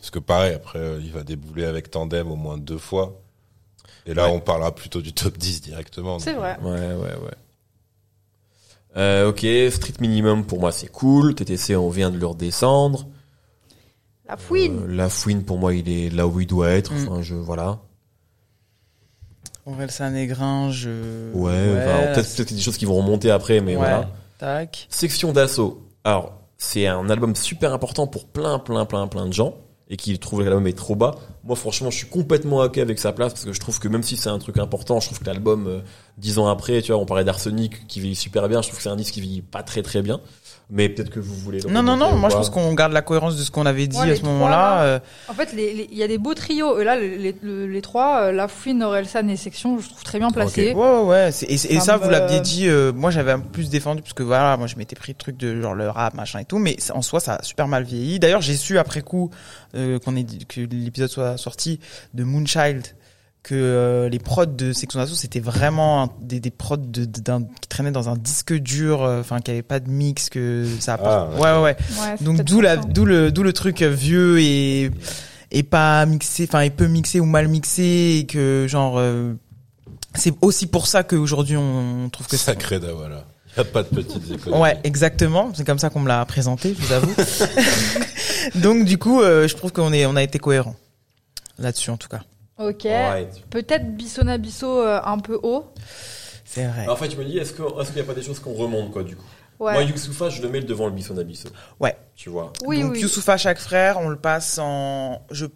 D: Parce que pareil, après, euh, il va débouler avec Tandem au moins deux fois. Et là,
B: Ouais.
D: on parlera plutôt du top 10 directement.
C: C'est vrai.
B: Ouais, ouais, ouais. Euh, ok, Street Minimum, pour moi, c'est cool. TTC, on vient de le redescendre.
C: La fouine.
B: Euh, la fouine, pour moi, il est là où il doit être.
A: Mm.
B: Enfin, je, voilà.
A: Aurel Sanégrin, je.
B: Ouais,
A: là,
B: enfin, bah, peut-être peut-être qu'il y a des choses qui vont remonter après, mais
A: euh, Ouais.
B: voilà.
A: Tac.
B: Section d'assaut. Alors, c'est un album super important pour plein, plein, plein, plein de gens et qui trouvent que l'album est trop bas. Moi, franchement, je suis complètement ok avec sa place parce que je trouve que même si c'est un truc important, je trouve que l'album, euh, dix ans après, tu vois, on parlait d'Arsenic qui vieillit super bien. Je trouve que c'est un disque qui vieillit pas très, très bien. Mais peut-être que vous voulez. le
A: Non, non,
B: remonter
A: non,
B: ou
A: moi je
B: pas.
A: pense qu'on garde la cohérence de ce qu'on avait dit
C: Ouais,
A: à
C: les
A: ce
C: trois,
A: moment-là.
C: là.
A: euh,
C: En fait, les- les- il y a des beaux trios. Et là, les, les- le- les trois, euh, Lafouine, Orelsan et Section, je trouve très bien placés.
A: Ouais, ouais, ouais. c'est- Et, c'est- et
C: Ça
A: ça,
C: me-
A: vous l'aviez dit, euh, moi j'avais un peu plus défendu, parce que voilà, moi je m'étais pris le truc de genre le rap, machin et tout, mais ça- en soi ça a super mal vieilli. D'ailleurs, j'ai su après coup euh, qu'on ait dit- que l'épisode soit sorti de Moonchild, que euh, les prods de Section d'Assaut c'était vraiment un- des, des prods de, d'un- qui traînaient dans un disque dur, euh, enfin qui avait pas de mix, que ça a pas-
D: Ah,
A: ouais, ouais, ouais.
C: Ouais, c'est
A: Donc
C: peut-être
A: d'où la
C: pour ça.
A: d'où le d'où le truc euh, vieux et et pas mixé, enfin et peu mixé ou mal mixé et que genre euh, c'est aussi pour ça qu'aujourd'hui on on trouve que c'est
D: Sacré da, voilà. Y a pas de petites économies.
A: Ouais, exactement. C'est comme ça qu'on me l'a présenté, je vous avoue. Donc du coup, euh, je trouve qu'on est, on a été cohérent là-dessus en tout cas.
C: Ok.
B: Ouais.
C: Peut-être Bissona Bisso euh, un peu haut.
A: C'est vrai.
B: Alors, en fait, je me dis, est-ce que- est-ce qu'il n'y a pas des choses qu'on remonte, quoi, du coup
C: Ouais.
B: Moi, Yusufa, je le mets devant le Bisson Abisso.
A: Ouais.
B: Tu vois.
C: oui,
A: Donc
C: oui.
A: Youssoufa chaque frère, on le passe en je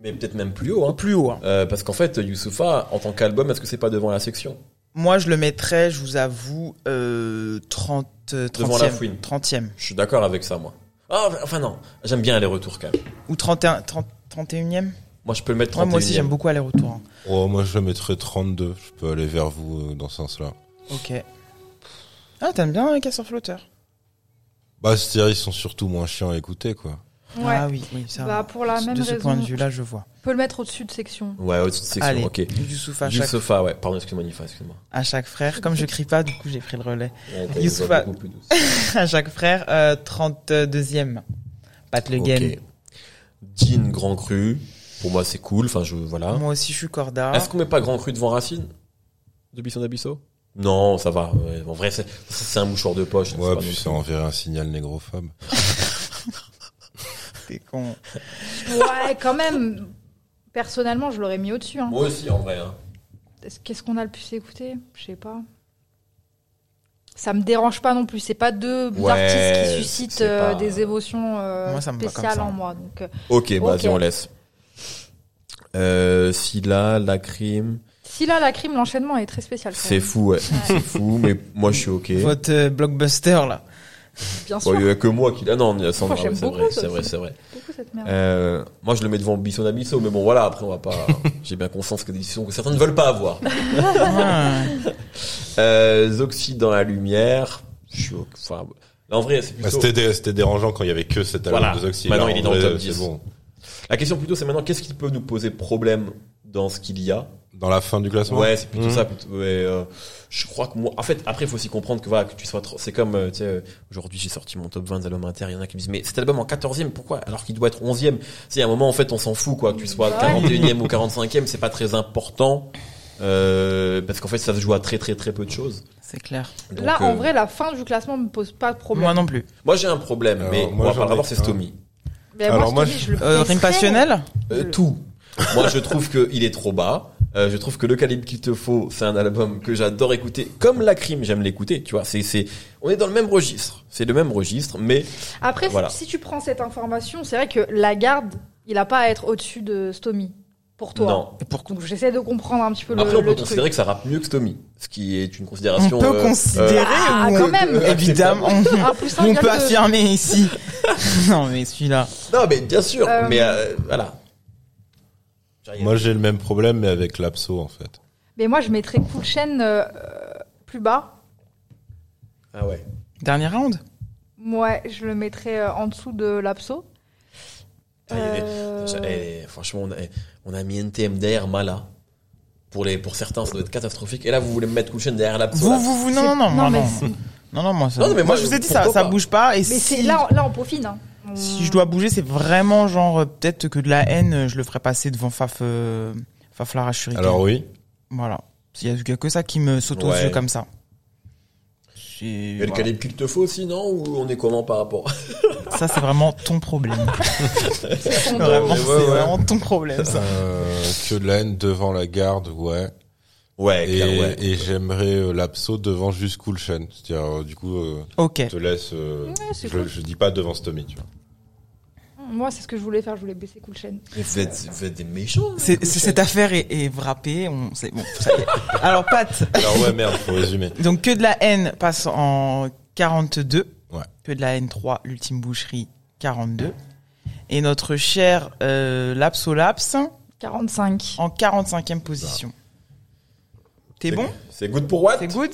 B: Mais peut-être même plus haut, hein.
A: plus haut. hein.
B: Euh, parce qu'en fait, Youssoufa, en tant qu'album, est-ce que c'est pas devant la section
A: Moi, je le mettrais, je vous avoue, euh, 30
B: Devant la
A: 30e,
B: fouine.
A: 30e
B: Je suis d'accord avec ça, moi. Ah, enfin non, j'aime bien les retours quand même.
A: ou 31 30, 31e.
B: Moi, je peux le mettre 31
A: Ouais, moi aussi, j'aime beaucoup aller-retour. hein.
D: Oh, moi, je mettrais 32. Je peux aller vers vous euh, dans ce sens-là.
A: Ok. Ah, t'aimes bien les casseurs flotteurs
D: Bah, c'est-à-dire, ils sont surtout moins chiants à écouter, quoi.
C: Ouais.
A: Ah oui, oui, ça.
C: Bah, pour la
A: de
C: même
A: ce
C: raison.
A: point de vue-là, je vois.
C: On peut le mettre au-dessus de Section.
B: Ouais, au-dessus de section,
A: Allez,
B: ok.
A: Youssouf à chaque,
B: Youssoufa, ouais, pardon, excuse-moi, Nifa, excuse-moi.
A: à chaque frère. Comme je crie pas, du coup, j'ai pris le relais.
B: Ouais, t'as une
A: Youssoufa.
B: voix beaucoup plus douce.
A: à chaque frère, euh, 32e. Pat Le Guen.
B: Ok. Jean Grand Cru, pour moi, c'est cool, enfin, je. Voilà.
A: Moi aussi, je suis Corda.
B: hein. Est-ce qu'on met pas Grand Cru devant Racine De Bisson d'Abisso Non, ça va. ouais, en vrai, c'est c'est un mouchoir de poche.
D: Ouais,
B: pas non
D: puis
B: plus-
D: ça enverrait un signal négrophobe.
A: T'es con.
C: Ouais, quand même. Personnellement, je l'aurais mis au-dessus. hein.
B: Moi aussi, en vrai. hein.
C: Est-ce- Qu'est-ce qu'on a le plus écouté Je sais pas. Ça me dérange pas non plus. C'est pas deux
B: Ouais,
C: artistes qui
B: c'est
C: suscitent
B: pas-
C: euh, des émotions euh,
A: Moi, ça me va comme
C: spéciales
A: ça.
C: en moi. Donc, euh,
B: Ok, bah,
C: Ok.
B: vas-y, on laisse. Euh, Scylla, La Crime.
C: si là, la crime, l'enchaînement est très spécial. quand
B: C'est
C: même.
B: fou, ouais. C'est fou, mais moi je suis ok. Bon,
A: Votre euh, blockbuster, là.
C: Bien sûr.
B: Il y a que moi qui. Ah non, il y a Sandra,
C: Moi, j'aime
B: ouais, c'est
C: beaucoup
B: vrai,
C: ça
B: c'est vrai,
C: aussi.
B: c'est vrai.
C: Beaucoup cette merde.
B: Euh, moi je le mets devant Bisson Abisso, mais bon voilà, après on va pas. J'ai bien conscience que des décisions que certains ne veulent pas avoir.
A: Ah.
B: Euh, Zoxy dans la lumière. Je suis ok. Enfin, là, en vrai, c'est
D: Bah,
B: plutôt.
D: c'était, dé- c'était dérangeant quand il y avait que cet album
B: Voilà.
D: de Zoxy.
B: Maintenant,
D: Là,
B: il est
D: en
B: dans le
D: vrai,
B: top 10.
D: c'est bon.
B: La question plutôt c'est maintenant qu'est-ce qui peut nous poser problème dans ce qu'il y a
D: Dans la fin du classement
B: Ouais, c'est plutôt
D: Mhm.
B: ça. plutôt- ouais, euh, je crois que moi, en fait, après, il faut aussi comprendre que voilà, que tu sois trop. C'est comme, euh, tu sais, euh, aujourd'hui, j'ai sorti mon top 20 des albums inter. Il y en a qui me disent, mais cet album en 14e, pourquoi Alors qu'il doit être 11e. C'est à un moment, en fait, on s'en fout, quoi. Que tu sois
C: Ouais.
B: 41e ou 45e, c'est pas très important. Euh, parce qu'en fait, ça se joue à très, très, très peu de choses.
A: C'est clair.
B: Donc,
C: là, en
B: euh,
C: vrai, la fin du classement me pose pas de problème.
A: Moi non plus.
B: Moi, j'ai un problème,
D: Alors,
B: mais
D: moi,
B: on va
D: j'en
B: pas
D: ai
B: l'avoir, c'est
D: un.
B: Stomy.
C: Mais moi,
D: Alors,
C: je
D: moi,
C: te dis, je le
A: Euh, rime
C: baisserais.
A: passionnel
B: Euh, tout. Moi, je trouve que il est trop bas. Euh, je trouve que le calibre qu'il te faut, c'est un album que j'adore écouter. Comme la crime, j'aime l'écouter. Tu vois, c'est c'est. On est dans le même registre. C'est le même registre, mais
C: Après, si-
B: Voilà.
C: si tu prends cette information, c'est vrai que la garde, il a pas à être au-dessus de Stomy pour toi.
B: non.
A: Et pour-
C: Donc j'essaie de comprendre un petit peu le,
B: Après, on
C: le
B: peut
C: truc.
B: considérer que ça rappe mieux que Stomy, ce qui est une
A: On
B: considération.
A: peut
B: euh,
A: considérer
B: euh,
C: Ah,
A: ou-
C: quand même.
A: euh, Évidemment. On,
C: Un plus un
A: on
C: égale
A: peut
C: deux.
A: affirmer ici. non, mais celui-là.
B: non, mais bien sûr.
C: Euh,
B: Mais euh, voilà.
D: Moi, j'ai le même problème, mais avec l'Apso, en fait.
C: Mais moi, je mettrais Cool Chain euh, plus bas.
B: ah ouais.
A: Dernière round
C: Moi, je le mettrais euh, en dessous de l'Apso.
B: Ah, il y a des-
C: Euh,
B: Ça, eh, franchement, on a, eh, on a mis NTM derrière Mala. Pour les, pour certains, ça doit être catastrophique. Et là, vous voulez me mettre Coulchen derrière la
A: Vous, vous, vous, non, non, non, moi,
C: mais
A: non.
C: c'est-
A: Non, non, moi, ça,
B: Non, non, mais
A: moi,
B: moi,
A: je vous ai dit,
B: pourquoi
A: ça, ça
B: pas
A: bouge pas. Et
C: Mais
A: si,
C: c'est là, on- là, on peaufine. hein. On-
A: si je dois bouger, c'est vraiment genre, euh, peut-être que de la haine, euh, je le ferai passer devant Faf, euh, Faf Lara Shuriken.
D: Alors oui,
A: Voilà. Il y a- il y a que ça qui me saute aux
B: Ouais.
A: yeux comme ça. C'est-
B: Il y a le
A: voilà.
B: calibre qu'il te faut aussi, non Ou on est comment par rapport
A: Ça, c'est vraiment ton problème.
C: c'est son dos.
A: vraiment,
D: ouais,
A: c'est
D: ouais.
A: vraiment ton problème, ça.
D: euh, que de la haine devant la garde, ouais.
B: Ouais,
D: Et,
B: clair, ouais.
D: et j'aimerais euh, l'abso devant jusqu'où le chaîne. C'est-à-dire, euh, du coup, euh,
A: Ok.
D: je te laisse. euh,
C: Ouais, c'est
D: je,
C: cool.
D: je dis pas devant Stomy, tu vois.
C: Moi, c'est ce que je voulais faire. Je voulais baisser Cool Chain.
B: Vous êtes, vous êtes des méchants. hein,
A: C'est- c'est- cette affaire est, est wrappée. On, c'est bon, ça y est. Alors, Pat,
D: Alors ouais, merde, faut résumer.
A: donc que de la haine passe en 42.
D: Ouais.
A: Que de la haine 3, l'ultime boucherie 42. Et notre cher euh, Lapsolaps
C: 45.
A: en 45e position. T'es
B: C'est-
A: bon
B: C'est good pour what
A: C'est good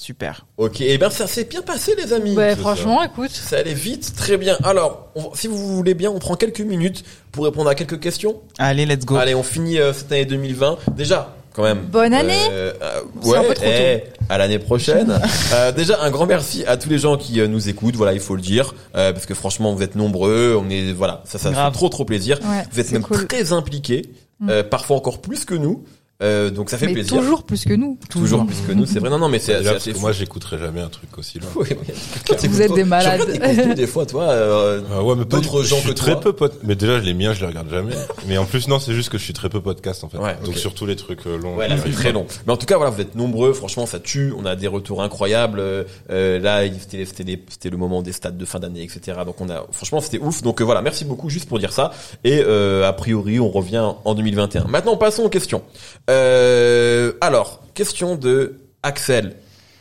A: Super.
B: Ok, et ben ça s'est bien passé les amis.
C: Ouais,
D: ça.
C: franchement, écoute.
B: Ça allait vite, très bien. Alors, on- si vous voulez bien, on prend quelques minutes pour répondre à quelques questions.
A: Allez, let's go.
B: Allez, on finit euh, cette année 2020. Déjà, quand même.
C: Bonne année
B: Euh, euh,
C: C'est un
B: Ouais,
C: peu trop
B: eh, à l'année prochaine. Euh, déjà, un grand merci à tous les gens qui euh, nous écoutent. Voilà, il faut le dire, euh, parce que franchement, vous êtes nombreux. On est, voilà, ça, ça fait
A: Grave.
B: trop, trop plaisir.
C: Ouais,
B: Vous êtes
C: c'est
B: même
C: cool. Mm.
B: très impliqués, euh, parfois encore plus que nous. Euh, donc, ça fait
C: Mais
B: plaisir.
C: toujours plus que nous.
B: toujours plus que nous. C'est vrai. Non, non, mais c'est
D: Déjà,
B: c'est
D: parce
B: assez
D: que
B: fou.
D: moi, j'écouterai jamais un truc aussi loin.
B: Ouais, ouais.
C: Vous êtes des malades.
B: Je regarde tes contenus, des fois, toi. euh,
D: Ah ouais, mais pas
B: D'autres
D: du- je
B: gens
D: suis
B: que
D: très
B: toi.
D: peu pote. Mais déjà, je les miens, je les regarde jamais. mais en plus, non, c'est juste que je suis très peu podcast en fait.
B: Ouais,
D: Donc
B: ok.
D: surtout les trucs euh, longs.
B: Ouais, là,
D: j'y
B: c'est
D: arrive
B: très
D: pas.
B: long. Mais en tout cas, voilà, vous êtes nombreux. Franchement, ça tue. On a des retours incroyables. Euh, euh, là, il- c'était c'était les- c'était le moment des stats de fin d'année, etc. Donc, on a, franchement, c'était ouf. Donc, euh, voilà, merci beaucoup juste pour dire ça. Et euh, a priori, on revient en 2021. Maintenant, passons aux questions. Euh, alors, question de Axel.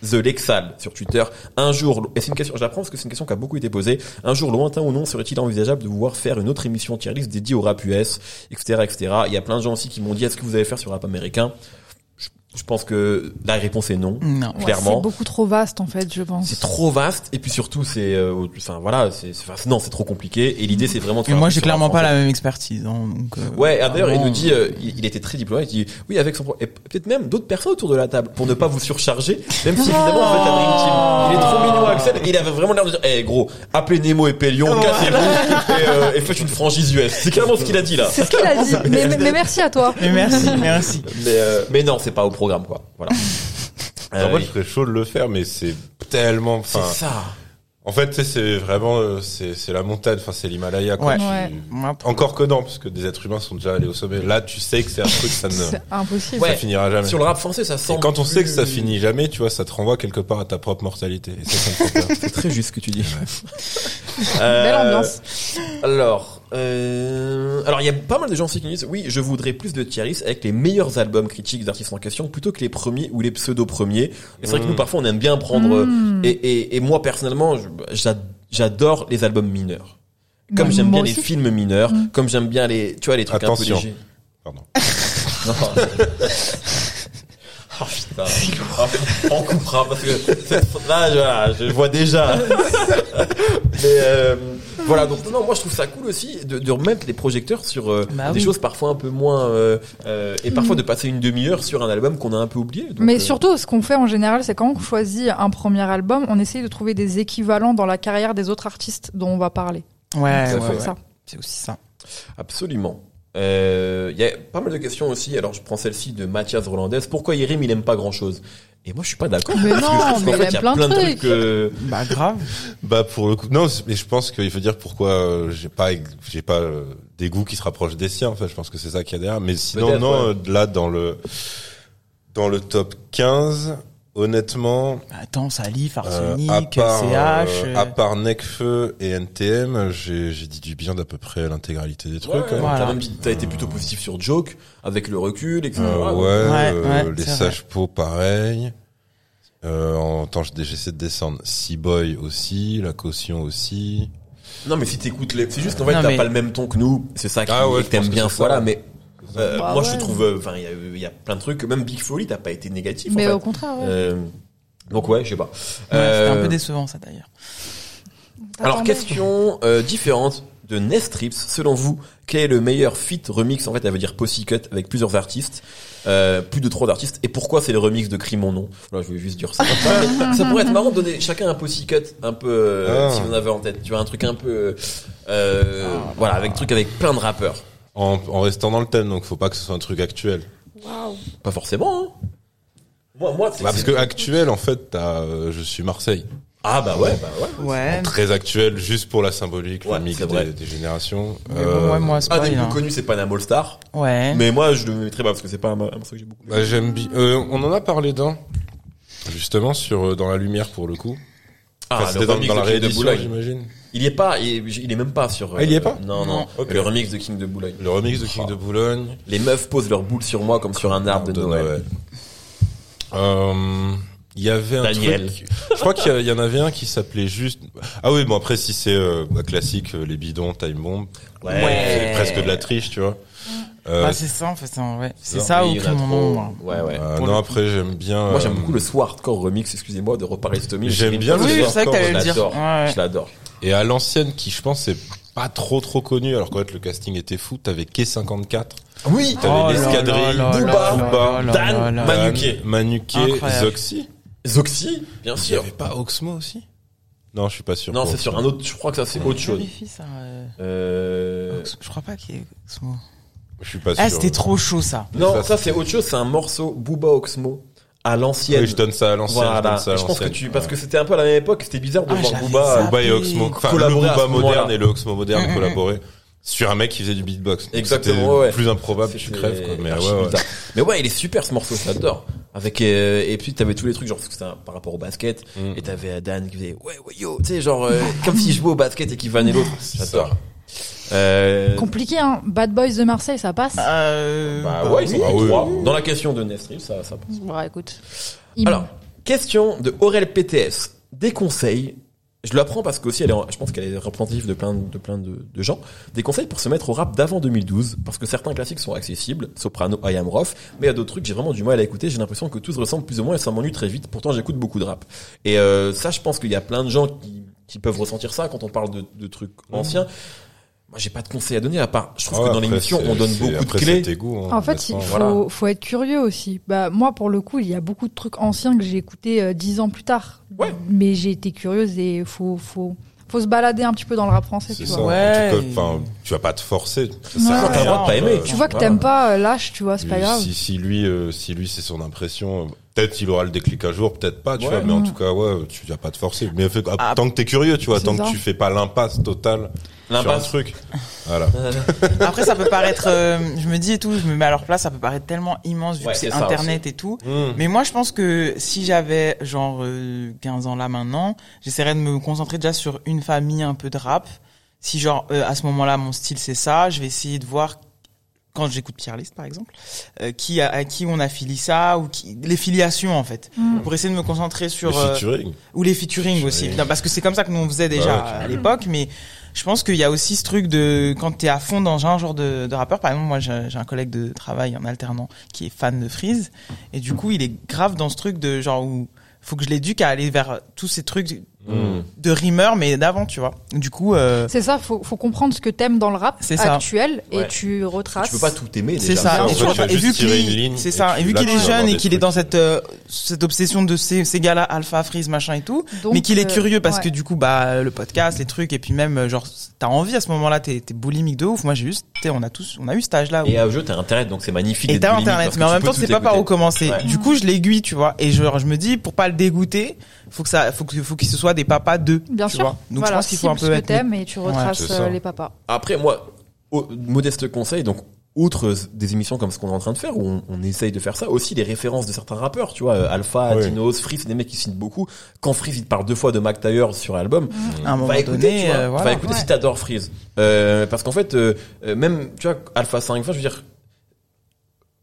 B: The Lexal sur Twitter. Un jour, et c'est une question, je la prends parce que c'est une question qui a beaucoup été posée. Un jour, lointain ou non, serait-il envisageable de vous voir faire une autre émission tier list dédiée au rap US, etc., etc. Il y a plein de gens aussi qui m'ont dit, est-ce que vous allez faire sur rap américain? Je, je pense que la réponse est non.
A: Non.
C: Ouais,
B: Clairement.
C: C'est beaucoup trop vaste, en fait, je pense.
B: C'est trop vaste, et puis surtout, c'est, euh, enfin, voilà, c'est, c'est- enfin, non, c'est trop compliqué, et l'idée, c'est vraiment de
A: Et
B: faire un
A: moi,
B: truc
A: j'ai
B: sur rap
A: clairement pas
B: français.
A: la même expertise. hein, donc, euh,
B: Ouais, ah, d'ailleurs, il nous
A: vraiment,
B: dit, euh, il, il était très diplomate, il dit, oui, avec son, pro- et peut-être même d'autres personnes autour de la table, pour ne pas vous surcharger, même si évidemment, vous faites un Dream Team. Il est trop mignon, Axel, et il avait vraiment l'air de dire, eh, gros, appelez Nemo et Pélion, cassez-vous, et, euh, et faites une franchise US. C'est clairement ce qu'il a dit, là.
C: C'est ce qu'il a dit. mais, mais- mais merci à toi.
A: Mais merci, merci.
B: Mais, euh, mais non, c'est pas au programme, quoi. Voilà.
D: En
B: Euh,
D: vrai, je serais chaud de le faire, mais c'est tellement.
B: c'est
D: Enfin,
B: ça.
D: en fait, tu sais, c'est vraiment, euh, c'est c'est la montagne. Enfin, c'est l'Himalaya. quoi.
A: Ouais.
D: Tu-
C: Ouais.
A: Moi, pour-
D: Encore que non, parce que des êtres humains sont déjà allés au sommet. Là, tu sais que c'est un truc, ça ne, ça
C: C'est impossible.
B: Ouais.
D: finira jamais.
B: Sur le rap français, ça sent.
D: Et quand on sait que ça
B: plus-
D: finit jamais, tu vois, ça te renvoie quelque part à ta propre mortalité. Et ça, hein. ça me fait peur.
B: C'est très juste ce que tu dis.
C: Belle
B: Euh,
C: ambiance.
B: Alors, euh, alors il y a pas mal de gens aussi qui me disent oui, je voudrais plus de tier list avec les meilleurs albums critiques d'artistes en question plutôt que les premiers ou les pseudo premiers. Et c'est vrai que
D: Mm.
B: nous parfois on aime bien prendre euh,
C: Mm.
B: et, et, et moi personnellement je- j'a- j'adore les albums mineurs. Comme
C: Bah,
B: j'aime
C: moi
B: bien les
C: aussi.
B: films mineurs,
C: Mm.
B: comme j'aime bien les tu vois les trucs
D: Attention.
B: un peu légers.
D: Pardon.
B: Non. Oh putain. Oh, On coupera parce que cette- là, je, voilà, je vois déjà. Mais euh, voilà, donc non, moi je trouve ça cool aussi de, de remettre les projecteurs sur euh,
A: Bah
B: des
A: oui.
B: choses parfois un peu moins euh, euh, et parfois de passer une demi-heure sur un album qu'on a un peu oublié. donc,
C: Mm. Mais
B: euh,
C: surtout, ce qu'on fait en général, c'est quand on choisit un premier album, on essaye de trouver des équivalents dans la carrière des autres artistes dont on va parler.
A: Ouais,
C: C'est
A: ouais, ouais.
C: ça.
A: C'est aussi ça.
B: Absolument. Euh, Il y a pas mal de questions aussi. Alors je prends celle-ci de Mathias Rolandes. Pourquoi Yérim il aime pas grand-chose Et moi je suis pas d'accord.
C: Mais
B: parce que je
C: non,
B: trouve
C: mais
B: qu'en
C: il
B: fait,
C: aime
B: y a
C: plein de trucs.
B: euh,
A: Bah, grave.
D: Bah pour le coup, non, c'est- mais je pense qu'il faut dire pourquoi euh, j'ai pas, j'ai pas euh, des goûts qui se rapprochent des siens. En fait, je pense que c'est ça qu'il y a derrière. Mais sinon,
B: Peut-être,
D: non,
B: ouais.
D: euh, là dans le dans le top 15, honnêtement,
A: Bah, attends, Salif,
D: euh,
A: Arsenic,
D: à part
A: CH.
D: euh,
A: euh,
D: à part Necfeu et NTM, j'ai j'ai dit du bien d'à peu près l'intégralité des trucs.
B: Ouais,
D: hein.
B: ouais,
A: Voilà.
B: T'as euh, même dit que t'as été plutôt positif sur Joke, avec le recul, etc.
D: Euh, ouais,
A: Ouais,
D: euh,
A: ouais,
D: les
A: c'est
D: sages pots pareil. Euh, en temps, j'essaie de descendre. Sea Boy aussi, la caution aussi.
B: Non, mais si t'écoutes les, c'est juste qu'en fait
A: Non,
B: t'as
A: mais-
B: pas le même ton que nous. C'est ça qui
D: Ah
B: et
D: ouais, je
B: que t'aimes
D: pense que
B: bien.
D: c'est ça.
B: Voilà, mais euh,
C: Bah
B: moi je
C: ouais.
B: trouve, euh, enfin, il y a- il y, a plein de trucs. Même Big Folly, t'as pas été négatif.
C: Mais
B: en
C: au
B: fait.
C: contraire, ouais.
B: Euh, donc ouais, je sais pas.
A: ouais,
B: Euh,
A: C'était un peu décevant, ça, d'ailleurs.
B: alors
C: T'attendais.
B: question euh, différente de Nestrips. Selon vous, quel est le meilleur fit remix En fait, elle veut dire posse cut avec plusieurs artistes, euh, plus de trois artistes. Et pourquoi c'est le remix de Crie mon nom Voilà, je vais juste dire ça. comme ça. ça pourrait être marrant de donner chacun un posse cut un peu euh,
D: Ah.
B: si vous en avez en tête. Tu vois un truc un peu euh, voilà avec truc avec plein de rappeurs.
D: En, en restant dans le thème, donc faut pas que ce soit un truc actuel.
B: Pas forcément. Hein. Moi, moi, c'est
D: Bah, parce que actuel, en fait, t'as, euh, je suis Marseille.
B: Ah bah ouais, bah ouais.
A: Ouais.
D: Très actuel, juste pour la symbolique,
B: Ouais,
D: le mix
B: c'est vrai.
D: des, des générations. Euh,
A: Mais bon, ouais, moi, c'est
B: Un
A: pas
B: des
A: il,
B: plus
A: hein.
B: connus, c'est Panam All Star.
A: Ouais.
B: Mais moi, je le mettrais pas parce que c'est pas un, un morceau que j'ai beaucoup.
D: Bah, j'aime bien. Euh, on en a parlé d'un, justement sur euh, dans la lumière pour le coup. Enfin,
B: Ah, le
D: c'était dans,
B: remix
D: dans la
B: de King de
D: réédition,
B: Boulogne.
D: j'imagine.
B: Il y est pas, il, il est même pas sur. euh,
D: Ah, il y est pas
B: Non, non.
A: Non.
B: Ok. Le remix de King de Boulogne.
D: Le remix de King
B: Oh.
D: de Boulogne.
B: Les meufs posent leurs boules sur moi comme sur un arbre de,
D: de
B: Noël.
D: Noël. Euh, Il y avait un
B: Daniel.
D: truc. Je crois qu'il y a- il y, en avait un qui s'appelait juste. Ah oui, bon après si c'est euh, bah, classique, euh, les bidons, time bomb,
B: Ouais.
D: c'est presque de la Hein. triche, tu vois. Euh,
A: Ah, c'est ça, en fait, c'est en vrai. C'est
B: Non,
A: ça
B: oui,
A: ou
B: il y en a
A: pris mon
B: trop.
A: nom, moi.
B: Ouais, ouais.
D: euh,
A: pour
D: non
A: le
D: après j'aime bien.
B: Moi, j'aime
D: euh,
B: beaucoup le soir hardcore remix, excusez-moi, de Reparler Stomy.
D: J'aime bien le
A: Ah Oui,
D: soir
A: je savais que t'allais
B: Je
A: le dire.
B: l'adore.
A: Ouais, ouais.
B: Je l'adore.
D: Et à l'ancienne qui je pense c'est pas trop trop connu alors qu'en fait le casting était fou. T'avais K54.
B: Oui.
D: T'avais
A: Oh là
D: l'escadrille,
A: là là
B: Booba,
A: là
D: Booba,
A: là
B: Dan,
A: là là.
B: Ah, Manu- Manuquet.
D: Dan, Manuquet,
A: Incroyable.
D: Euh, Zoxy.
B: Zoxy, bien
D: Il y
B: sûr.
D: avait pas hein. Oxmo aussi Non, je suis pas sûr.
B: Non,
D: pour-
B: c'est sur un autre. Je crois que ça c'est autre chose.
A: Vérifie ça, euh,
B: Euh...
A: Je crois pas qu'il y ait Oxmo.
D: Je suis pas sûr.
A: Ah, c'était trop chaud, ça.
B: Non,
D: Ça,
B: ça
D: c'était-
B: c'est autre chose. C'est un morceau Booba Oxmo à l'ancienne.
D: Oui, je donne ça à l'ancienne.
B: Voilà.
D: Je donne ça à
B: Et je pense que
D: l'ancienne.
B: tu, parce que c'était un peu à la même époque, c'était bizarre de
A: Ah,
B: voir
A: j'avais
B: Booba.
A: zappé.
D: Booba et Oxmo, enfin le
B: Collaborer à ce
D: Booba moderne
B: moment-là. Mm-hmm.
D: et le Oxmo moderne
A: Mm, mm,
D: collaboraient sur un mec qui faisait du beatbox. Donc
B: Exactement,
D: c'était
B: ouais.
D: Plus improbable,
B: C'était
D: tu crèves quoi. Mais
B: archi
D: ouais, ouais.
B: bizarre. Mais ouais, il est super ce morceau, j'adore. Avec euh, et puis t'avais tous les trucs genre parce que c'était un- par rapport au basket
D: Mm.
B: et t'avais euh, Dan qui faisait ouais ouais yo, tu sais genre euh, comme si je jouais au basket et qu'il vannait l'autre. J'adore. Euh,
C: Compliqué, hein. Bad Boys de Marseille, ça passe.
A: Euh,
B: bah ouais, ils sont
D: Bah
B: tous
D: oui.
B: trois. Dans la question de Nestril, ça ça. passe.
C: Bon, écoute. Im-
B: Alors question de Aurel PTS des conseils. Je l'apprends parce qu'aussi, elle est, en- je pense qu'elle est représentative de plein, de, plein de, de gens. Des conseils pour se mettre au rap d'avant 2012, parce que certains classiques sont accessibles, Soprano, I Am Rough, mais il y a d'autres trucs, j'ai vraiment du mal à écouter, j'ai l'impression que tout se ressemble plus ou moins et ça m'ennuie très vite, pourtant j'écoute beaucoup de rap. Et euh, ça, je pense qu'il y a plein de gens qui, qui peuvent ressentir ça quand on parle de, de trucs anciens. Moi, j'ai pas de conseils à donner, à part, je trouve
D: Mmh.
B: que dans
D: Ah Ouais, Oh, après,
B: l'émission,
D: c'est-
B: on donne
D: c'est-
B: beaucoup
D: après,
B: de clés.
D: c'est tes goûts, hein,
C: En fait, il
D: honnêtement.
C: faut,
B: voilà.
C: faut être curieux aussi. Bah, moi, pour le coup, il y a beaucoup de trucs anciens que j'ai écoutés euh, dix ans plus tard.
B: Ouais.
C: Mais j'ai été curieuse et faut, faut, faut se balader un petit peu dans le rap français.
D: C'est
C: Tu
D: ça.
C: vois.
A: Ouais.
D: Tu, co- enfin, tu vas pas te forcer. Ça
C: Ouais.
D: sert à
B: Quand t'as
D: rien.
B: pas aimé,
C: Tu vois que
B: Voilà.
C: t'aimes pas, euh, lâche, tu vois, c'est pas
D: Lui,
C: grave.
D: Si, si lui, euh, si lui, c'est son impression. euh, Peut-être il aura le déclic un jour, peut-être pas, tu
B: Ouais.
D: vois. Mais en
C: Mm.
D: tout cas, ouais, tu vas pas te forcer. Mais fait-
A: Ah.
D: tant que t'es curieux, tu vois,
C: C'est
D: tant
C: ça.
D: que tu fais pas l'impasse totale sur un
B: L'impasse.
D: truc. Voilà.
A: Après, ça peut paraître, euh, je me dis et tout, je me mets à leur place, ça peut paraître tellement immense vu
B: Ouais,
A: que c'est
B: c'est ça
A: internet et tout.
B: Mmh.
D: Mm.
A: Mais moi, je pense que si j'avais genre euh, 15 ans là maintenant, j'essaierais de me concentrer déjà sur une famille un peu de rap. Si genre euh, à ce moment-là mon style c'est ça, je vais essayer de voir quand j'écoute Pierre List par exemple, euh, qui a- à qui on affilie ça ou qui, les filiations en fait.
C: Mm.
A: Pour essayer de me concentrer sur
D: Le
A: euh,
D: featuring.
A: ou les featuring aussi
D: Featuring.
A: évidemment, parce que c'est comme ça que nous on faisait déjà
D: Bah ouais, tu
A: à l'époque mais je pense qu'il y a aussi ce truc de quand t'es à fond dans un genre de, de rappeur par exemple moi j'ai j'ai un collègue de travail en alternant qui est fan de Freeze et du coup il est grave dans ce truc de genre où faut que je l'éduque à aller vers tous ces trucs
B: Mm.
A: de rimeur mais d'avant tu vois du coup euh,
C: C'est ça, faut, faut comprendre ce que t'aimes dans le rap
A: C'est ça.
C: actuel et
B: Ouais.
C: tu retraces.
B: Tu peux pas tout aimer,
A: c'est
B: déjà.
A: ça
D: en
A: et,
D: fait,
A: tu vois,
D: tu vas
A: et
D: juste
A: vu
D: tirer une
A: qu'il
D: ligne
A: c'est
D: et
A: ça et
D: tu-
A: vu
D: là,
A: qu'il
D: tu
A: est
D: vas avoir
A: jeune et
D: des
A: qu'il est
D: trucs.
A: dans cette euh, cette obsession de ces, ces gars là alpha freeze machin et tout
C: Donc,
A: mais qu'il est
C: euh,
A: curieux parce
C: ouais.
A: que du coup bah le podcast les trucs et puis même euh, genre t'as envie à ce moment-là t'es t'es boulimique de ouf moi j'ai juste t'es- on a tous on a eu cet âge là
B: Et à jeu, t'as internet, donc c'est magnifique.
A: Ah et
B: d'être
A: t'as
B: boulimique
A: internet
B: parce
A: mais
B: que
A: en
B: tu
A: même
B: peux
A: temps
B: tout
A: c'est pas par
B: écouter.
A: où commencer
B: Ouais.
A: du coup je l'aiguille tu vois et genre je me dis pour pas le dégoûter faut que ça faut que faut qu'il se soit des papas d'eux
C: Bien
A: tu
C: sûr.
A: vois. donc
C: voilà,
A: je pense qu'il faut un
C: cible
A: peu
C: ce que
A: être
C: t'aimes et tu
A: Ouais,
C: retraces
D: c'est ça.
C: euh, les papas.
B: Après, moi, au- modeste conseil, donc outre des émissions comme ce qu'on est en train de faire, où on, on essaye de faire ça, aussi les références de certains rappeurs, tu vois, euh, Alpha,
D: Oui.
B: Dinos, Freeze, c'est des mecs qui citent beaucoup. Quand Freeze, il te parle deux fois de Mac Taylor sur l'album,
A: à un moment
B: va écouter,
A: donné
B: tu vois,
A: euh,
B: va
A: voilà.
B: écouter
C: Ouais.
B: si t'adores Freeze. Euh, parce qu'en fait, euh, euh, même, tu vois, Alpha 520, je veux dire,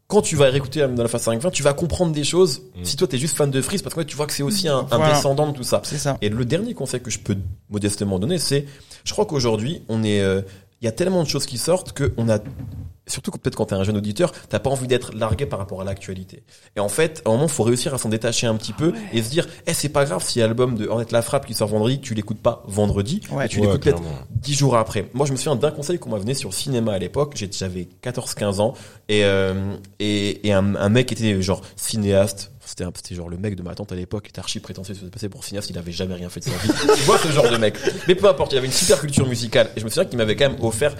B: quand tu vas réécouter Alpha 520, tu vas comprendre des choses,
D: Mm.
B: si toi t'es juste fan de Freeze, parce que ouais, tu vois que c'est aussi un, un
A: Voilà.
B: descendant de tout ça.
A: c'est ça
B: Et le dernier conseil que je peux modestement donner, c'est, je crois qu'aujourd'hui, on est, euh, il y a tellement de choses qui sortent que on a, surtout que peut-être quand t'es un jeune auditeur, t'as pas envie d'être largué par rapport à l'actualité. Et en fait, à un moment, faut réussir à s'en détacher un petit peu
A: Ah
B: et se dire, eh, c'est pas grave si l'album de Ornette La Frappe qui sort vendredi, tu l'écoutes pas vendredi,
A: Ouais.
B: mais tu
D: Ouais,
B: l'écoutes peut-être
D: clairement.
B: dix jours après. Moi, je me souviens d'un conseil qu'on m'a donné sur le cinéma à l'époque. J'ai- J'avais 14-15 ans et, euh, et, et un, un mec était genre cinéaste. C'était un- c'était genre le mec de ma tante à l'époque, qui était archi prétentieux, il se faisait passer pour cinéaste, il avait jamais rien fait de sa vie. tu vois ce genre de mec. Mais peu importe, il avait une super culture musicale. Et je me souviens qu'il m'avait quand même offert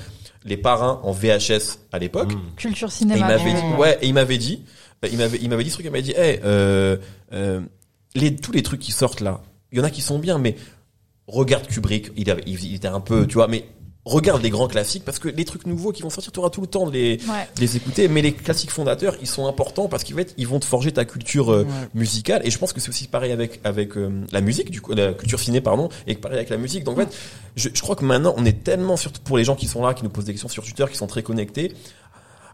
B: les parrains en VHS à l'époque.
C: Culture
B: Et il
C: cinéma.
B: m'avait
C: bien
B: dit,
C: sûr.
B: ouais, et il m'avait dit, euh, il m'avait, il m'avait dit ce truc, il m'avait dit, hey, euh, euh, les, tous les trucs qui sortent là, il y en a qui sont bien, mais regarde Kubrick, il, avait- il- il était un peu, tu vois, mais regarde les grands classiques parce que les trucs nouveaux qui vont sortir, tu auras tout le temps de les,
C: Ouais.
B: de les écouter, mais les classiques fondateurs, ils sont importants parce qu'ils vont être- ils vont te forger ta culture euh,
A: Ouais.
B: musicale et je pense que c'est aussi pareil avec avec euh, la musique du coup la culture ciné pardon et pareil avec la musique. Donc en fait, je, je crois que maintenant on est tellement surtout pour les gens qui sont là qui nous posent des questions sur Twitter qui sont très connectés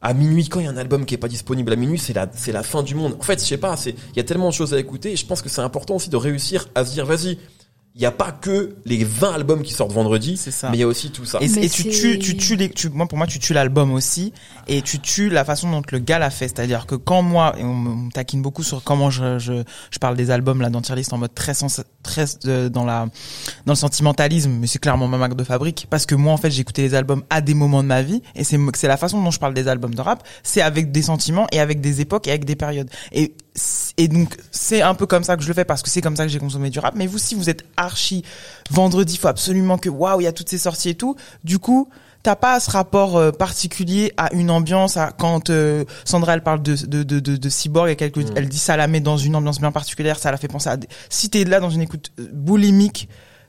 B: à minuit quand il y a un album qui est pas disponible à minuit c'est la c'est la fin du monde en fait je sais pas c'est il y a tellement de choses à écouter et je pense que c'est important aussi de réussir à se dire vas-y il n'y a pas que les 20 albums qui sortent vendredi
A: C'est ça.
B: mais il y a aussi tout ça
A: Et,
C: Mais
A: et tu
C: c'est-
A: tues, tu tues les, tu, moi pour moi tu tues l'album aussi et tu tues la façon dont le gars l'a fait, c'est-à-dire que quand moi et on me on me taquine beaucoup sur comment je je, je parle des albums là dans Tier List en mode très sens, très euh, dans la dans le sentimentalisme, mais c'est clairement ma marque de fabrique parce que moi en fait j'écoutais les albums à des moments de ma vie et c'est c'est la façon dont je parle des albums de rap, c'est avec des sentiments et avec des époques et avec des périodes et et donc c'est un peu comme ça que je le fais parce que c'est comme ça que j'ai consommé du rap. Mais vous si vous êtes archi vendredi, faut absolument que waouh il y a toutes ces sorties et tout. Du coup, t'as pas ce rapport euh, particulier à une ambiance. À, quand euh, Sandra elle parle de de de de, de cyborg et qu'elle
C: Mm.
A: elle dit ça la met dans une ambiance bien particulière, ça la fait penser à. Des... Si t'es là dans une écoute euh, boulimique.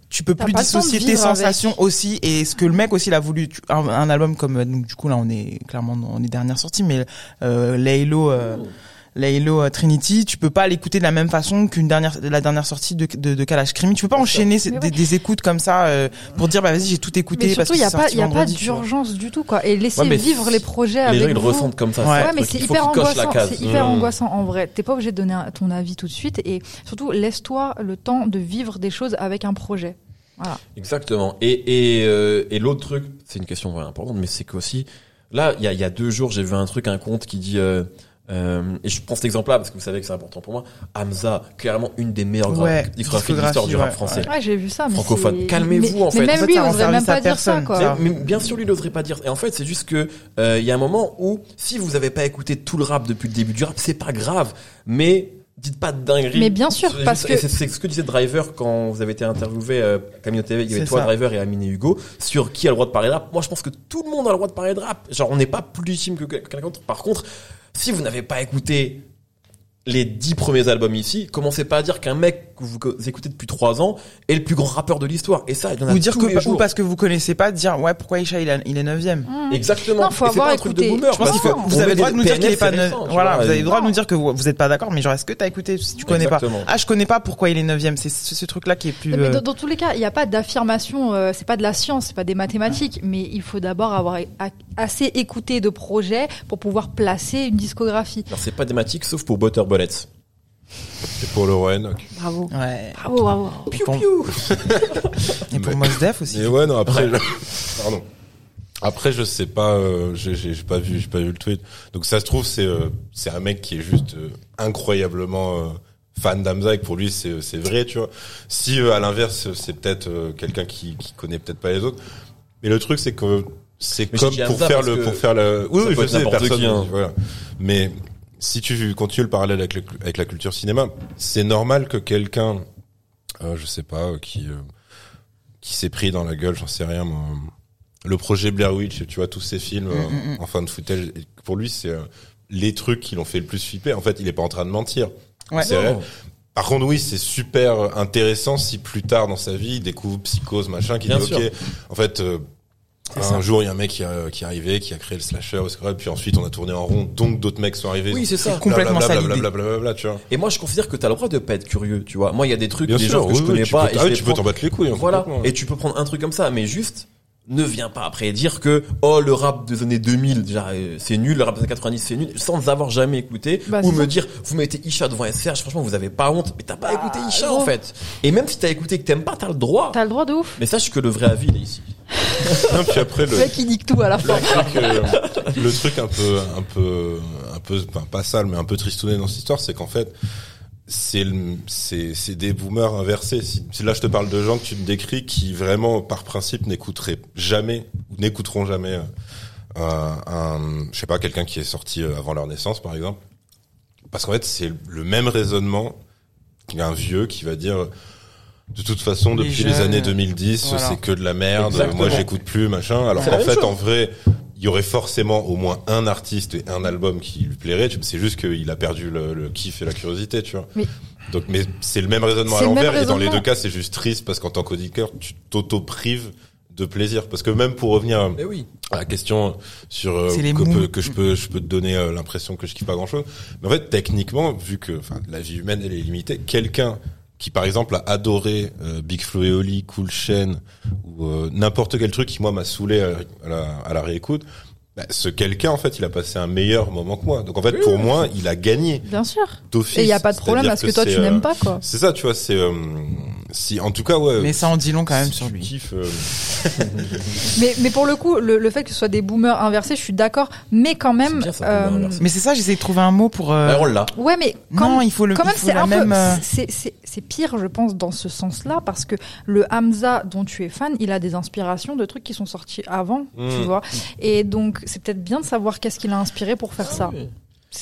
A: Tu peux
C: T'as
A: plus
C: pas le temps de
A: dissocier tes
C: vivre avec.
A: sensations aussi et ce que le mec aussi il a voulu tu- un, un album comme euh, donc du coup là on est clairement dans les dernières sorties mais euh, Laylo euh, Laylo, euh, Trinity, tu peux pas l'écouter de la même façon qu'une dernière la dernière sortie de de, de Kalash Crime. Tu peux pas enchaîner ces-
C: Mais
A: des,
C: ouais.
A: des écoutes comme ça euh, pour dire bah vas-y j'ai tout écouté
C: Mais
A: parce
C: surtout,
A: que
C: il n'y a
A: c'est
C: pas,
A: sorti
C: y a pas
A: vendredi, tu vois.
C: d'urgence du tout, quoi. Et laisser
B: Ouais, mais
C: vivre les projets
B: les
C: avec
B: gens ils le
C: vous.
B: ressentent comme ça
A: Ouais.
B: le
C: Ouais, mais
B: truc.
C: c'est
B: Il faut
C: hyper
B: qu'ils cochent la
C: angoissant.
B: case.
C: C'est hyper
B: Mmh.
C: angoissant en vrai. T'es pas obligé de donner un- ton avis tout de suite et surtout laisse-toi le temps de vivre des choses avec un projet. Voilà.
B: Exactement. Et, et, euh, et l'autre truc, c'est une question vraiment importante, mais c'est qu'aussi, là, il y a, il y a deux jours, j'ai vu un truc, un compte qui dit, euh, euh, et je prends cet exemple-là parce que vous savez que c'est important pour moi, Hamza, clairement une des meilleures gra-
A: Ouais,
B: discographies de l'histoire du rap
A: ouais,
B: français.
C: Ouais, j'ai vu ça. Mais
B: Francophone.
C: c'est-
B: Calmez-vous,
C: mais-
B: en fait.
C: Mais
B: En
A: fait,
C: même lui
A: ça rend
C: oserait même
A: service à
C: pas dire ça,
A: personne.
C: quoi.
A: Voilà.
B: Mais, mais bien sûr, lui n'oserait pas dire. Et en fait, c'est juste que euh, il y a un moment où, si vous avez pas écouté tout le rap depuis le début du rap, c'est pas grave. Mais dites pas de dinguerie.
C: Mais bien sûr,
B: C'est
C: parce
B: juste- et
C: que-
B: c'est c'est ce que disait Driver quand vous avez été interviewé euh, à Camino TV. Il y avait
A: C'est
B: toi,
A: ça.
B: Driver et Amine et Hugo sur qui a le droit de parler de rap. Moi, je pense que tout le monde a le droit de parler de rap. Genre, on n'est pas plus légitime que quelqu'un d'autre. Par contre, si vous n'avez pas écouté les dix premiers albums ici, commencez pas à dire qu'un mec que vous que vous écoutez depuis trois ans est le plus grand rappeur de l'histoire. Et ça, il y en a
A: Ou dire
B: tous les
A: que ou
B: jours.
A: parce que vous connaissez pas dire ouais pourquoi Isha il, a- il est neuvième.
C: Mmh.
B: Exactement.
C: Non, faut
B: Et c'est
C: avoir
B: pas un truc de
C: écouté.
B: boomer.
A: Je pense
B: parce
A: qu'il faut,
B: que
A: vous
B: on
A: avez
B: met
A: le droit de
B: des
A: nous dire qu'il
B: PNL,
A: est pas
B: c'est
A: neuf.
B: récent, tu
A: Voilà,
B: vois,
A: vous avez le droit de
C: Non.
A: nous dire que vous, vous êtes pas d'accord, mais genre est-ce que t'as écouté si tu connais
B: Exactement.
A: pas. Ah je connais pas pourquoi il est neuvième. C'est ce, ce truc là qui est plus.
C: Mais
A: euh,
C: dans, dans tous les cas, il n'y a pas d'affirmation, euh, c'est pas de la science, c'est pas des mathématiques, mais il faut d'abord avoir a- assez écouté de projets pour pouvoir placer une discographie.
B: Alors c'est pas thématique sauf pour Butter Bullets.
D: C'est pour le Roanoke.
C: Bravo.
A: Ouais.
C: Bravo, bravo.
A: Et pour- Et pour Mos Def aussi.
D: Mais ouais, non, après, je... pardon. Après, je sais pas, euh, j'ai- j'ai j'ai pas vu, j'ai pas vu le tweet. Donc ça se trouve, c'est euh, c'est un mec qui est juste euh, incroyablement euh, fan d'Amza et que pour lui, c'est c'est vrai, tu vois. Si euh, à l'inverse, c'est peut-être euh, quelqu'un qui qui connaît peut-être pas les autres. Mais le truc, c'est que c'est
B: Mais
D: comme
B: je dis
D: pour
B: Hamza
D: faire
B: parce
D: le
B: que
D: pour faire le. Oui,
B: ça
D: oui,
B: peut
D: je
B: être
D: sais,
B: n'importe
D: personne.
B: qui, hein.
D: Voilà. Mais si tu continues le parallèle avec le- avec la culture cinéma, c'est normal que quelqu'un euh, je sais pas, euh, qui euh, qui s'est pris dans la gueule, j'en sais rien. moi. Le projet Blair Witch, tu vois tous ces films euh,
A: Mm, mm,
D: en fin de footage. et Pour lui, c'est euh, les trucs qui l'ont fait le plus flipper. En fait, il est pas en train de mentir.
A: Ouais.
D: C'est
B: Euh,
D: vrai. Par contre, oui, c'est super intéressant si plus tard dans sa vie, il découvre psychose, machin, qui
B: Bien
D: dit
B: sûr.
D: ok, en fait. euh, un
A: ça.
D: jour, il y a un mec qui, a- qui est arrivé, qui a créé le slasher, au Scrabble, puis ensuite on a tourné en rond, donc d'autres mecs sont arrivés.
B: Oui, c'est ça.
A: Complètement
D: Blablabla,
A: salidé.
D: blablabla, blablabla, tu vois.
B: Et moi je considère que t'as le droit de pas être curieux, tu vois. Moi il y a des trucs,
D: Bien
B: des
D: sûr,
B: gens que
D: oui,
B: je
D: oui,
B: connais
D: tu
B: pas
D: peux-
B: et
D: ah
B: je
D: oui,
B: les
D: tu peux
B: prends.
D: t'en battre les couilles. hein,
B: Voilà.
D: complètement.
B: Et tu peux prendre un truc comme ça, mais juste ne viens pas après dire que oh le rap des années 2000 déjà euh, c'est nul, le rap des années 90 c'est nul, sans avoir jamais écouté
C: Bah,
B: ou
C: c'est
B: me
C: ça.
B: dire vous mettez Isha devant SR, franchement vous avez pas honte, mais t'as pas
A: Bah,
B: écouté Isha en
C: gros.
B: fait. Et même si t'as écouté et que t'aimes pas, t'as le droit.
C: T'as le droit de ouf.
B: Mais sache que le vrai avis il est ici.
D: Non, puis après,
C: Le
D: le,
C: mec, il nique tout à la fin.
D: le truc, euh, le truc un peu, un peu, un peu, enfin, pas sale, mais un peu tristouné dans cette histoire, c'est qu'en fait, c'est, le- c'est, c'est des boomers inversés. Si, si là, je te parle de gens que tu me décris qui vraiment, par principe, n'écouteraient jamais ou n'écouteront jamais euh, un, je sais pas, quelqu'un qui est sorti euh, avant leur naissance, par exemple. Parce qu'en fait, c'est le même raisonnement qu'un vieux qui va dire. De toute façon,
A: Les
D: depuis les,
A: jeunes,
D: années 2010,
A: voilà.
D: c'est que de la merde.
B: Exactement.
D: Moi, j'écoute plus, machin. Alors
B: C'est
D: qu'en
B: la même
D: fait,
B: chose.
D: en vrai, il y aurait forcément au moins un artiste et un album qui lui plairait. Tu- C'est juste qu'il a perdu le, le kiff et la curiosité, tu vois.
C: Mais-
D: Donc, mais c'est le même raisonnement à
C: C'est le même
D: l'envers. Et dans les
C: raisonnement.
D: deux cas, c'est juste triste parce qu'en tant qu'auditeur, tu t'auto-prives de plaisir. Parce que même pour revenir euh,
B: Mais oui.
D: à la question sur euh,
A: C'est les
D: que,
A: mous.
D: peu- que je peux, je peux te donner euh, l'impression que je kiffe pas grand chose. Mais en fait, techniquement, vu que enfin, la vie humaine elle est limitée, quelqu'un qui par exemple a adoré euh, Big Flo et Oli, Cool Chain ou euh, n'importe quel truc qui moi m'a saoulé à, à la, à la réécoute, bah, ce quelqu'un en fait il a passé un meilleur moment que moi. Donc en fait pour moi il a gagné
C: Bien sûr.
D: d'office.
C: Et il n'y a pas de problème
D: C'est-à-dire
C: parce que toi,
D: c'est,
C: tu
D: euh,
C: n'aimes pas, quoi.
D: C'est ça, tu vois. C'est euh, si en tout cas ouais.
A: Mais ça en dit long quand même
D: si
A: sur
D: tu
A: lui.
D: kiffes, euh,
C: Mais, mais pour le coup, le, le fait que ce soit des boomers inversés, je suis d'accord. Mais quand même. euh,
B: C'est bien, ça, boomer inversé.
A: Mais c'est ça, j'essaie de trouver un mot pour. euh,
B: Bah, on l'a.
C: Ouais, mais quand,
A: non, il faut le.
C: quand même,
A: il faut
C: c'est
A: la
C: un peu.
A: même, euh,
C: c'est- C'est c'est pire, je pense, dans ce sens-là, parce que le Hamza dont tu es fan, il a des inspirations de trucs qui sont sortis avant, tu
B: Mmh.
D: Mm.
C: vois. Et donc, c'est peut-être bien de savoir qu'est-ce qu'il a inspiré pour faire ça.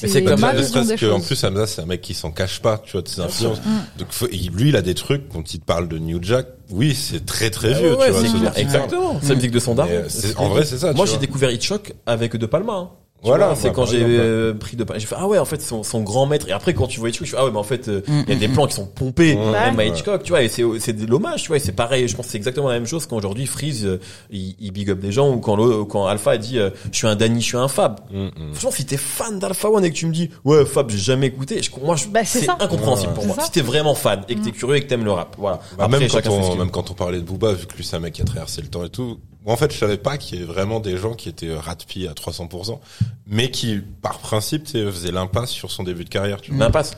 B: Mais c'est
C: C'est
B: comme
C: ma
B: ça,
D: ne
C: vision
D: serait-ce
C: des
D: que, en
C: choses.
D: plus, Hamza, c'est un mec qui s'en cache pas, tu vois, de ses
B: sûr. Mm.
D: influences. Donc, faut- il- lui, il a des trucs, quand il te parle de New Jack, oui, c'est très très
B: Ah
D: vieux,
B: ouais,
D: tu vois.
B: c'est clair.
D: ce dont il parle.
B: Exactement. C'est la musique de son daron.
D: Mais, euh, c'est- en vrai, c'est ça,
B: Moi,
D: tu
B: j'ai
D: vois.
B: découvert Hitchcock avec De Palma. hein. Tu
D: Voilà,
B: vois, c'est
D: bah,
B: quand
D: par
B: j'ai
D: exemple,
B: euh, pris De Palma. J'ai fait, ah ouais, en fait, son, son grand maître. Et après, quand tu vois Hitchcock, je fais, ah ouais, mais en fait, euh, il y a des plans qui sont pompés,
D: Ouais.
B: même à
D: Ouais.
B: Hitchcock, tu vois, et c'est, c'est de l'hommage, tu vois, et c'est pareil. Je pense que c'est exactement la même chose quand aujourd'hui Freeze, euh, il, il big up des gens, ou quand, l'autre- quand Alpha dit, euh, je suis un Danny, je suis un Fab.
D: Mm, mm.
B: Franchement, si t'es fan d'Alpha One et que tu me dis, ouais, Fab, j'ai jamais écouté, je, moi, je,
C: Bah, c'est
B: c'est
C: ça.
B: incompréhensible
D: Ouais.
B: pour
C: C'est
B: moi.
C: ça.
B: Si t'es vraiment fan et que
A: Mm.
B: t'es curieux et que t'aimes le rap, voilà.
D: Bah,
B: Après,
D: même, quand
B: chacun fait ce
D: on,
B: qu'il
D: même
B: veut.
D: quand on parlait de Booba, vu que lui, c'est un mec qui a traversé le temps et tout, moi, en fait, je savais pas qu'il y avait vraiment des gens qui étaient euh, rat de à 300%, mais qui, par principe, tu sais, faisaient l'impasse sur son début de carrière, tu vois.
B: L'impasse.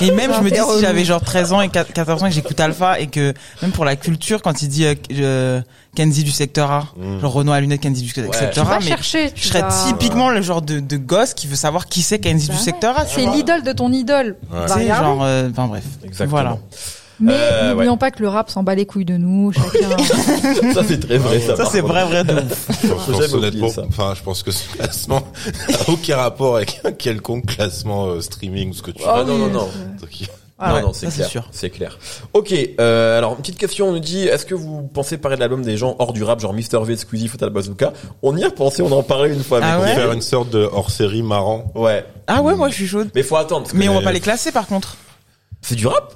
A: Et même, je me dis,
C: Interrogé.
A: si j'avais genre 13 ans et 4 14 ans et que j'écoute Alpha et que, même pour la culture, quand il dit euh, euh, Kenzie du secteur A, genre Renoir à lunettes, Kenzie du
B: Tu
A: secteur
C: vas
A: A, Ah, mais
C: chercher. tu
A: je serais
C: vas-
A: typiquement le genre de, de gosse qui veut savoir qui c'est Kenzie
C: Bah
A: du
C: ouais.
A: secteur A. tu
C: C'est
A: vois.
C: l'idole de ton idole.
D: Ouais.
A: Tu
C: Bah,
A: sais,
C: regarde.
A: genre, euh, enfin bref.
B: Exactement.
A: Voilà.
C: Mais
B: Euh,
C: n'oublions pas que le rap s'en bat les couilles de nous. Chacun.
B: ça, c'est très vrai, ça.
A: Ça,
B: par
A: c'est
B: contre.
A: vrai, vrai de ouf.
D: Je pense,
B: J'avais oublié
D: honnêtement,
B: ça.
D: enfin, je pense que ce classement n'a aucun rapport avec un quelconque classement euh, streaming, ce que tu
B: Ah
D: veux.
B: non, non, non.
D: Donc, il-
A: Ah
B: non,
A: ouais,
B: non, c'est
A: ça, c'est
B: clair.
A: sûr.
B: C'est clair. Ok, euh, alors, une petite question, on nous dit, est-ce que vous pensez parler de l'album des gens hors du rap, genre Mr. V, Squeezie, Fatal Bazooka On y a repensé, on en parlait une fois.
A: Ah
D: pour
B: avec
A: ouais
D: faire une sorte de hors-série marrant.
B: vous. Ouais.
A: Ah ouais, moi, je suis chaude.
B: Mais faut attendre. parce que
A: Mais on va
D: mais-
A: pas les classer, par contre.
B: C'est du rap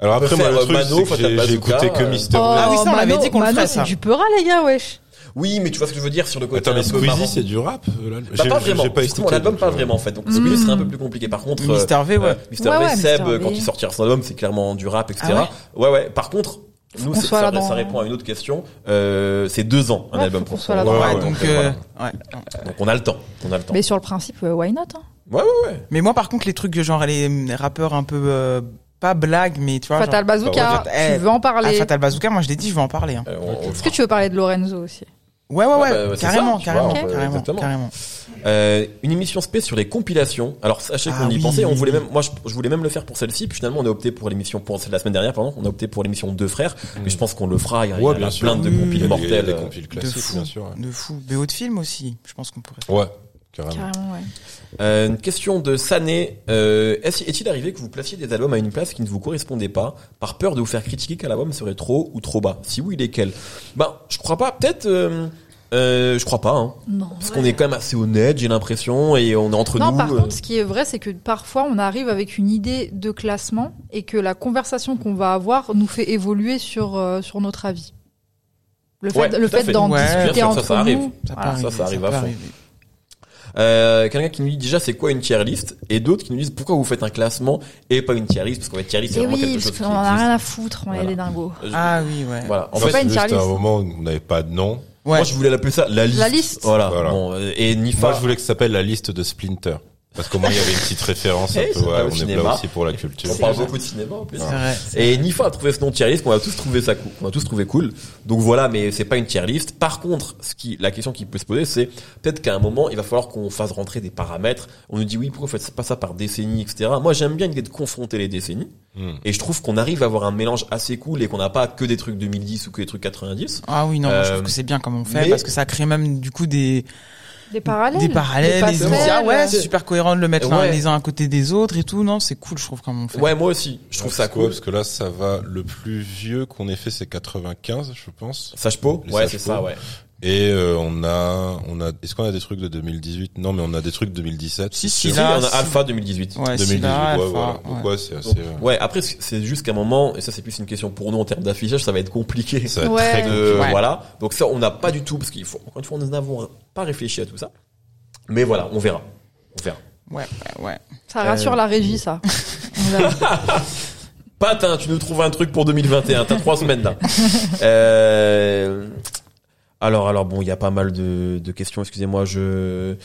D: Alors après,
B: Faire,
D: moi, le
B: euh,
D: truc,
B: Mano,
D: c'est que
B: Fatal
D: j'ai- j'ai
B: Bazooka,
D: écouté que
B: euh,
D: Mister
C: Oh,
A: Ah oui, ça, on l'avait
C: Mano-
A: dit qu'on le
C: Mano,
A: ferait,
C: c'est
A: ça.
C: du peura, les gars, wesh.
B: Oui, mais tu vois ce que je veux dire sur le côté.
D: Attends,
B: un
D: mais
B: peu marrant.
D: Squeezie, c'est du rap euh, l'album
B: Bah,
D: J'ai-
B: pas
D: j'ai
B: vraiment.
D: pas
B: Justement,
D: écouté,
B: l'album,
D: donc,
B: pas
D: euh,
B: vraiment, en fait. Donc, Squeezie serait un peu plus compliqué. Par contre. euh,
A: Mr. V, ouais.
B: Mister
C: Ouais,
B: V,
C: ouais,
B: Seb,
C: Mr. V.
B: quand il sortira son album, c'est clairement du rap, etc.
A: Ah
B: ouais, ouais, Par contre, nous,
C: qu'on
B: c'est-
C: soit
B: ça,
C: là-dedans.
B: ça répond à une autre question. Euh, c'est deux ans, un
C: Ouais,
B: album.
C: faut qu'on
B: pour-
C: soit
B: Ouais,
C: là-dedans.
A: Ouais,
B: ouais,
A: donc,
B: ouais,
A: euh,
B: voilà.
A: ouais.
B: Donc, on a le temps. On a le temps.
C: Mais sur le principe, euh, why not hein
B: Ouais, ouais, ouais.
A: Mais moi, par contre, les trucs, genre, les rappeurs un peu, euh, pas blagues, mais tu vois.
C: Fatal
A: genre,
C: Bazooka,
A: bah ouais.
C: tu veux en
A: Ah,
C: parler.
A: Fatal Bazooka, moi, je l'ai dit, je vais en parler. hein.
B: Euh, on- on le
C: Est-ce
B: fera.
C: que tu veux parler de Lorenzo aussi
A: Ouais, ouais,
B: Ouais,
A: ouais,
B: bah, ouais, c'est
A: carrément,
B: ça, tu
A: carrément,
B: vois, on peut-
A: carrément,
B: exactement.
A: carrément.
B: Euh, une émission spé sur les compilations. Alors sachez qu'on
A: Ah
B: y
A: oui.
B: pensait, on voulait même, moi je, je voulais même le faire pour celle-ci, puis finalement on a opté pour l'émission pour celle de la semaine dernière, pardon, on a opté pour l'émission Deux Frères, mais je pense qu'on le fera. Il y a, il y a
D: Ouais, bien
B: la
D: sûr.
B: plainte de
A: Oui,
D: Il y
B: compiles
D: a des-
B: mortels.
D: Des
B: euh,
D: compiles
A: De
D: classiques,
A: fou,
D: bien sûr. ouais.
A: de fou. BO de film aussi, je pense qu'on pourrait.
D: Ouais,
B: Ah
D: carrément.
C: Carrément, ouais.
B: Euh, une question de Sané. Euh, est-ce- Est-il arrivé que vous placiez des albums à une place qui ne vous correspondait pas, par peur de vous faire critiquer qu'un album serait trop ou trop bas Si oui, lesquels Bah, je crois pas. Peut-être. euh, euh, je crois pas. Hein,
C: Non.
B: parce qu'on est quand même assez honnête, j'ai l'impression, et on est entre
C: Non,
B: nous.
C: par
B: euh,
C: contre, ce qui est vrai, c'est que parfois, on arrive avec une idée de classement et que la conversation qu'on va avoir nous fait évoluer sur, euh, sur notre avis. Le fait,
B: Ouais,
C: le
B: tout à
C: fait
B: fait.
C: d'en
A: Ouais.
C: discuter
B: Bien sûr, ça,
C: entre
B: ça arrive.
C: nous.
A: Ça, peut
B: Voilà, Ah, ça,
A: arriver,
B: ça arrive à
A: peut
B: fond.
A: arriver.
B: Euh, quelqu'un qui nous dit déjà c'est quoi une tier list et d'autres qui nous disent pourquoi vous faites un classement et pas une tier list parce qu'en fait tier list c'est
C: Et
B: vraiment
C: Eh oui,
B: quelque
C: parce
B: chose qui
C: qu'on en a
B: existe.
C: rien à foutre, on est
B: Voilà.
C: des dingos.
B: Je-
A: Ah oui, ouais.
B: Voilà. En
C: C'est
B: fait,
C: pas une
D: juste
C: tier
D: à un
C: list.
D: moment où on n'avait pas de nom.
A: Ouais.
B: moi je voulais l'appeler ça la liste.
C: liste.
B: Voilà.
D: Voilà.
B: Bon, euh, et Nifa.
D: Moi, je voulais que ça s'appelle la liste de Splinter. Parce qu'au moins, il y avait une petite référence un
B: Eh,
D: peu.
B: ça va
D: ouais,
B: au
D: On est
B: cinéma.
D: là aussi pour la culture.
B: on parle beaucoup de cinéma en plus.
A: C'est vrai.
B: Et Nifa a trouvé ce nom de tier list qu'on a tous trouvé ça cool. On a tous trouvé cool. Donc voilà, mais c'est pas une tier list. Par contre, ce qui, la question qui peut se poser, c'est peut-être qu'à un moment, il va falloir qu'on fasse rentrer des paramètres. On nous dit oui, pourquoi vous faites pas ça par décennie, etc. Moi, j'aime bien l'idée de confronter les décennies.
D: Hmm.
B: Et je trouve qu'on arrive à avoir un mélange assez cool et qu'on n'a pas que des trucs 2010 ou que des trucs 90.
A: Ah oui, non, moi, je
B: Euh,
A: trouve que c'est bien comme on fait
B: mais-
A: parce que ça crée même du coup des
C: Des parallèles.
A: des parallèles,
C: Des
A: des on se dit, ah
C: passerelles.
A: ouais, c'est super cohérent de le mettre l'un
B: Ouais.
A: les uns à côté des autres et tout. Non, c'est cool, je trouve comme on fait.
B: Ouais, moi aussi. Je trouve ça
D: Parce que- ouais,
B: cool.
D: Parce que là, ça va. Le plus vieux qu'on ait fait, c'est 95, je pense.
B: Sage Po
D: Les
B: Ouais,
D: Sage
B: c'est
D: Po.
B: ça, ouais.
D: Et euh, on a, on a, est-ce qu'on a des trucs de 2018 Non, mais on a des trucs de 2017.
A: Si,
D: c'est
A: si,
D: sûr.
B: Si,
A: là,
B: on a
A: c'est-
B: Alpha 2018.
A: Ouais,
D: 2018,
A: Scylla,
D: ouais,
A: Alpha,
D: voilà.
A: ouais.
D: Donc ouais, c'est assez.
B: Donc,
D: euh,
B: ouais, après, c'est c'est juste qu'à un moment, et ça, c'est plus une question pour nous en termes d'affichage, ça va être compliqué.
D: ça va être
C: Ouais.
D: très
B: de-
D: compliqué.
A: Ouais.
B: Euh, Voilà. Donc ça, on n'a pas du tout, parce qu'il faut, encore une fois, nous n'avons pas réfléchi à tout ça. Mais voilà, on verra. On verra.
A: Ouais, ouais, ouais.
C: Ça rassure
B: Euh,
C: la régie, ça. On verra.
B: Patin, hein, tu nous trouves un truc pour 2021. T'as trois semaines là. Euh, alors, alors bon, il y a pas mal de, de questions. Excusez-moi, je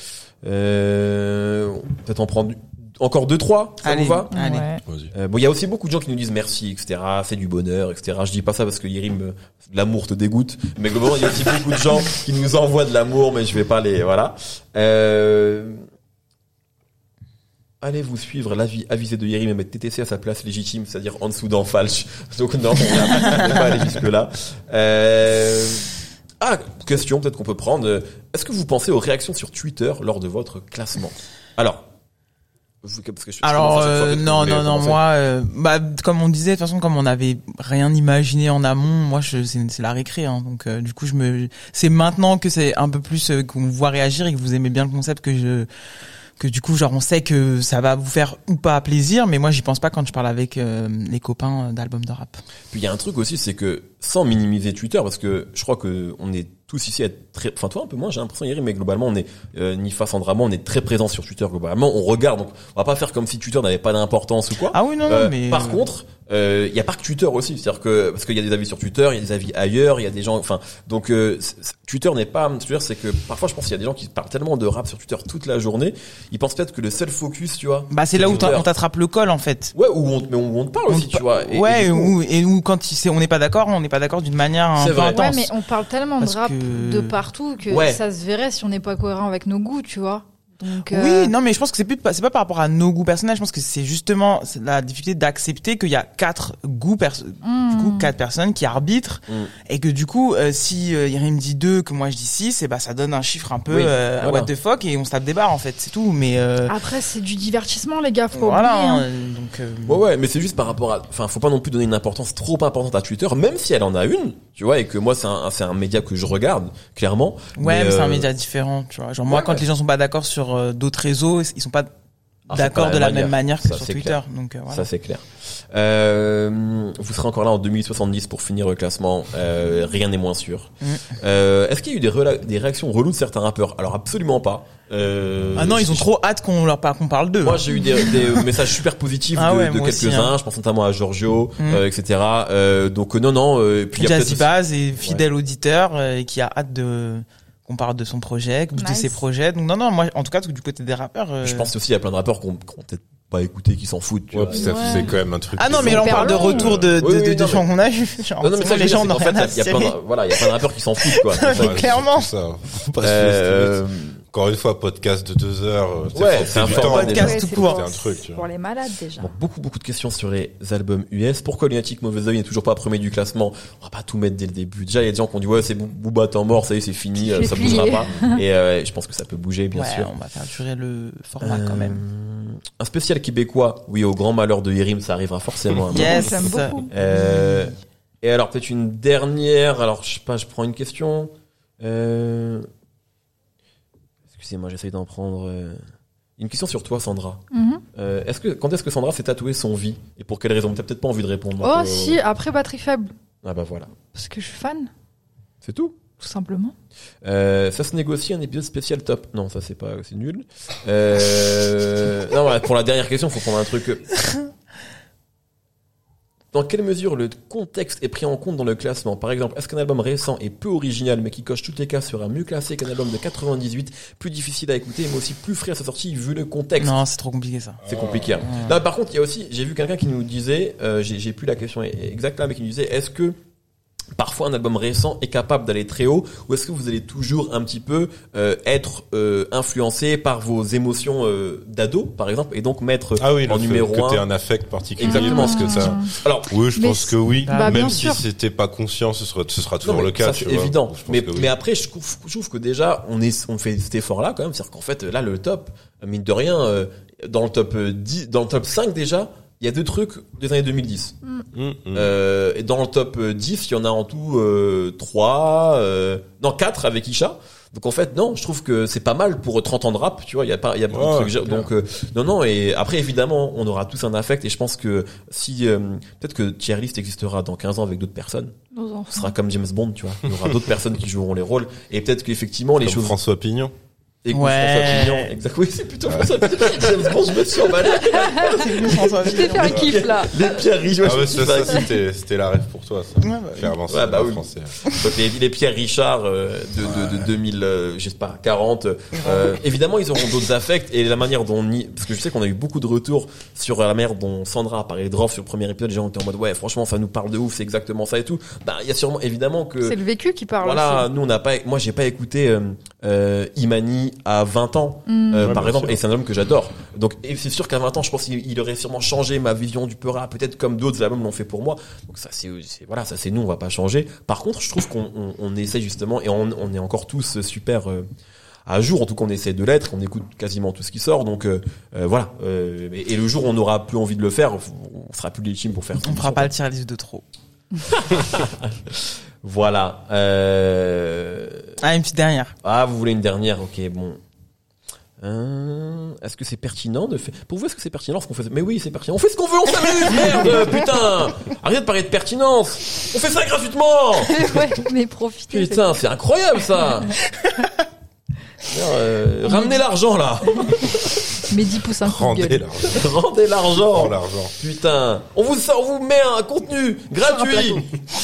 B: euh, peut-être en prendre encore deux trois. Ça
A: Allez.
B: vous va
A: Allez.
C: Ouais.
D: Vas-y.
B: Euh, bon, il y a aussi beaucoup de gens qui nous disent merci, etc. C'est du bonheur, etc. Je dis pas ça parce que Yerim, euh, l'amour te dégoûte. Mais globalement, il y a aussi beaucoup de gens qui nous envoient de l'amour, mais je vais pas les, voilà. Euh... Allez-vous suivre l'avis avisé de Yerim et mettre TTC à sa place légitime, c'est-à-dire en dessous d'en falche. Donc non, on n'est pas allé jusque là. Euh... Ah, question peut-être qu'on peut prendre. euh, Est-ce que vous pensez aux réactions sur Twitter lors de votre classement Alors. vous- parce que je- je
A: Alors
B: commence à chaque fois,
A: euh,
B: peut-être que
A: non
B: vous voulez
A: non non
B: commencer.
A: moi euh, bah comme on disait de toute façon comme on n'avait rien imaginé en amont moi je c'est c'est la récré hein, donc euh, du coup je me c'est maintenant que c'est un peu plus euh, qu'on vous voit réagir et que vous aimez bien le concept que je que du coup genre on sait que ça va vous faire ou pas plaisir mais moi j'y pense pas quand je parle avec euh, les copains d'albums de rap.
B: Puis il y a un truc aussi, c'est que sans minimiser Twitter, parce que je crois que on est tous ici à être très, enfin toi un peu moins, j'ai l'impression Yeri, mais globalement on est euh, Nifa Sandrama, on est très présent sur Twitter globalement, on regarde, donc on va pas faire comme si Twitter n'avait pas d'importance ou quoi.
A: Ah oui non non
B: Euh,
A: mais
B: par
A: euh,
B: contre, euh, il y a pas que Twitter aussi, c'est-à-dire que parce qu'il y a des avis sur Twitter, il y a des avis ailleurs, il y a des gens, enfin donc euh, c- c- Twitter n'est pas Twitter, c'est que parfois je pense qu'il y a des gens qui parlent tellement de rap sur Twitter toute la journée, ils pensent peut-être que le seul focus, tu vois,
A: bah c'est là où
B: Twitter.
A: t'as- on t'attrape le col en fait.
B: ouais, où on, mais où on te parle
A: On
B: aussi,
A: te
B: tu
A: pa-
B: vois. Et- et
A: ouais
B: du coup,
A: ou- et où quand il- c'est- on n'est pas d'accord on n'est pas d'accord d'une manière un
B: C'est
A: peu
B: vrai.
C: Ouais,
A: intense.
C: mais on parle tellement
A: Parce
C: de rap
A: que-
C: de partout que
B: Ouais.
C: ça se verrait si on n'est pas cohérent avec nos goûts, tu vois. Donc, euh,
A: Oui, non, mais je pense que c'est plus, pas- c'est pas par rapport à nos goûts personnels. Je pense que c'est justement la difficulté d'accepter qu'il y a quatre goûts perso- du coup,
C: hmm.
A: quatre personnes qui arbitrent
B: Mm.
A: et que du coup, euh, si euh, Yerim dit deux, que moi je dis six, et bah ça donne un chiffre un peu
B: Oui,
A: euh,
B: voilà.
A: what the fuck et on se tape des barres en fait, c'est tout. Mais euh,
C: Après, c'est du divertissement, les gars, faut
A: voilà,
C: oublier. hein.
A: hein, donc euh,
B: Ouais ouais, mais c'est juste par rapport à enfin faut pas non plus donner une importance trop importante à Twitter même si elle en a une, tu vois et que moi c'est un c'est un média que je regarde clairement.
A: ouais, mais, c'est
B: euh,
A: un média différent, tu vois. Genre moi,
B: ouais,
A: quand
B: ouais.
A: les gens sont pas d'accord sur euh, d'autres réseaux, ils sont pas
B: Ah, c'est
A: d'accord
B: pas
A: de la même manière que
B: Ça,
A: sur
B: c'est
A: Twitter.
B: clair.
A: Donc euh, voilà.
B: Ça c'est clair. Euh, vous serez encore là en 2070 pour finir le classement, euh, rien n'est moins sûr.
A: Mm.
B: Euh, est-ce qu'il y a eu des rela- des réactions reloues de certains rappeurs Alors absolument pas. Euh,
A: ah non, ils ont hein. trop hâte qu'on leur par- qu'on parle d'eux.
B: Moi, j'ai eu des, des messages super positifs
A: Ah
B: de,
A: ouais,
B: de
A: moi aussi,
B: quelques-uns.
A: hein.
B: Je pense notamment à Giorgio,
A: Mm.
B: euh, etc. Euh, donc euh, non, non. euh, puis il y a peut-être
A: Jazzy
B: aussi-
A: Baz est fidèle auditeur euh, et qui a hâte de qu'on parle de son projet, de
C: Nice.
A: ses projets. Donc non, non, moi, en tout cas, du côté des rappeurs. euh,
B: Je pense aussi à plein de rappeurs qu'on qu'on peut-être pas écouté, qui s'en foutent. tu
D: Ouais,
B: vois.
D: puis ça
C: Ouais.
D: faisait quand même un truc.
A: Ah non,
D: de
A: mais là on
C: hyper
A: parle de
C: long,
A: retour de, de,
B: Oui, oui,
A: de- de
B: non,
A: gens qu'on a eu. Genre,
B: Non, non, mais ça,
A: les gens n'ont
B: en fait,
A: rien à
B: il y a plein
A: cirer.
B: de, voilà, il y a plein de rappeurs qui s'en foutent, quoi.
D: gens.
A: mais
D: Ouais,
A: clairement.
D: c'est tout ça. Faut pas se sous-estimer.
B: Euh,
D: Encore une fois, podcast de deux heures. euh,
B: Ouais,
D: faut-
B: c'est
D: faut
B: un
D: du
B: format
D: temps.
A: podcast
C: Ouais,
A: tout
C: c'est
A: court.
C: pour-
D: C'est un truc, tu vois.
C: Pour les malades, déjà.
B: bon, beaucoup, beaucoup de questions sur les albums US. Pourquoi Lunatic Mauvais Oeil n'est toujours pas premier du classement? On va pas tout mettre dès le début. Déjà, il y a des gens qui ont dit, ouais, c'est Boo- Booba, temps mort, ça y est, c'est fini,
C: Je
B: euh,
C: vais
B: ça bougera
C: plier.
B: pas. Et, euh, je pense que ça peut bouger, bien
A: ouais,
B: sûr.
A: on va faire durer le format quand même.
B: Euh, Un spécial québécois. Oui, au grand malheur de Yerim, ça arrivera forcément. hein. un jour.
A: Yes.
C: J'aime beaucoup.
B: Euh, et alors peut-être une dernière. Alors je sais pas, je prends une question. Euh, Excusez-moi, j'essaye d'en prendre. euh, Une question sur toi, Sandra.
C: Mhm.
B: Euh, est-ce que quand est-ce que Sandra s'est tatouée son vie et pour quelle raison T'as peut-être pas envie de répondre.
C: Oh,
B: Euh,
C: si, après batterie faible.
B: Ah bah voilà,
C: Parce que je suis fan,
B: c'est tout.
C: tout simplement.
B: Euh, ça se négocie un épisode spécial top. Non, ça c'est pas, c'est nul. Euh, non, voilà, pour la dernière question, faut prendre un truc. euh, Dans quelle mesure le contexte est pris en compte dans le classement Par exemple, est-ce qu'un album récent et peu original mais qui coche toutes les cases sera mieux classé qu'un album de 98, plus difficile à écouter mais aussi plus frais à sa sortie vu le contexte
A: Non, c'est trop compliqué ça.
D: Ah.
B: C'est compliqué. hein.
A: Ouais.
B: Non, par contre, il y a aussi, j'ai vu quelqu'un qui nous disait, euh, j'ai j'ai plus la question exacte là, mais qui nous disait, est-ce que parfois un album récent est capable d'aller très haut, ou est-ce que vous allez toujours un petit peu euh, être euh, influencé par vos émotions euh, d'ado, par exemple, et donc mettre
D: Ah oui,
B: en
D: le fait
B: numéro
D: que t'aies
B: un.
D: un affect particulier.
B: Exactement
D: parce
B: ce
D: que ça.
B: Alors,
D: Oui, je
C: Mais
D: pense que oui.
A: Bah,
D: même
C: bien
D: si
C: sûr.
D: c'était pas conscient, ce sera, ce sera
B: non,
D: toujours
B: mais
D: le cas.
B: ça,
D: tu
B: c'est
D: vois.
B: évident.
D: Je pense
B: Mais,
D: que oui.
B: mais après, je trouve, je trouve que déjà, on est, on fait cet effort-là quand même, c'est-à-dire qu'en fait, là, le top, mine de rien, euh, dans le top euh, 10, dans le top 5 déjà. il il y a deux trucs des années 2010.
D: Mm, mm.
B: Euh, et dans le top euh, 10, il y en a en tout euh, 3, euh, non 4 avec Isha. Donc en fait non, je trouve que c'est pas mal pour 30 ans de rap, tu vois, il y a pas il y a beaucoup
D: Ouais,
B: de trucs
D: c'est clair.
B: donc euh, non non et après évidemment, on aura tous un affect et je pense que si euh, peut-être que Tier List existera dans 15 ans avec d'autres personnes,
C: Nos
B: ce
C: enfants.
B: sera comme James Bond, tu vois. Il y aura d'autres personnes qui joueront les rôles et peut-être qu'effectivement les
D: Comme
B: choses
D: François Pignon.
B: et que
A: Ouais.
B: François Pignon, exact. Oui, c'est plutôt François Pignon. James Bond, je me suis emballé.
A: François
C: Je vais faire un
A: Villon.
C: kiff là.
B: Les pierres
D: Ah ouais, ça, ça, c'était c'était la rêve pour toi, ça.
A: Ouais, bah,
D: Clairement, c'est
B: Ouais,
D: le
B: bah
D: rap
B: oui.
D: français.
B: Donc les, les Pierre Richard euh, de, de, de 2000, euh, je sais pas, 40. euh, évidemment, ils auront d'autres affects et la manière dont on y- parce que je sais qu'on a eu beaucoup de retours sur la manière dont Sandra a parlé de Rof sur le premier épisode. Les gens étaient en mode ouais, franchement, ça nous parle de ouf, c'est exactement ça et tout. Bah, il y a sûrement évidemment que
C: C'est le vécu qui parle.
B: Euh, voilà,
C: aussi.
B: nous on n'a pas, moi j'ai pas écouté euh, euh, Imani à 20 ans,
C: Mm.
B: euh,
D: Ouais,
B: par
D: bien
B: exemple,
D: sûr.
B: et c'est un album que j'adore. Donc et c'est sûr qu'à 20 ans, je pense qu'il il aurait sûrement changé ma vision du peu rap, peut-être comme d'autres albums l'ont fait pour moi. Donc ça c'est, c'est- voilà, ça c'est nous, on va pas changer. Par contre, je trouve qu'on on, on essaie justement et on, on est encore tous super. euh, à jour, en tout cas, on essaie de l'être, on écoute quasiment tout ce qui sort, donc euh, euh, voilà. Euh, et, et le jour où on n'aura plus envie de le faire, on sera plus légitime pour faire.
A: On
B: ce
A: fera pas le tier list de trop.
B: Voilà. Euh...
A: Ah, une petite dernière.
B: Ah, vous voulez une dernière Ok, bon. Euh, est-ce que c'est pertinent de faire Pour vous, est-ce que c'est pertinent ce qu'on fait Mais oui, c'est pertinent. On fait ce qu'on veut, on s'amuse, merde, putain Arrête de parler de pertinence. On fait ça gratuitement.
C: ouais, mais profitez.
B: Putain, c'est incroyable ça. Euh, ramenez l'argent là.
C: c'est- Mais 10 pouces un coup de
D: Rendez
C: gueule.
D: l'argent.
B: Rendez l'argent.
D: Rends l'argent.
B: Putain, on vous sort, on vous met un contenu gratuit,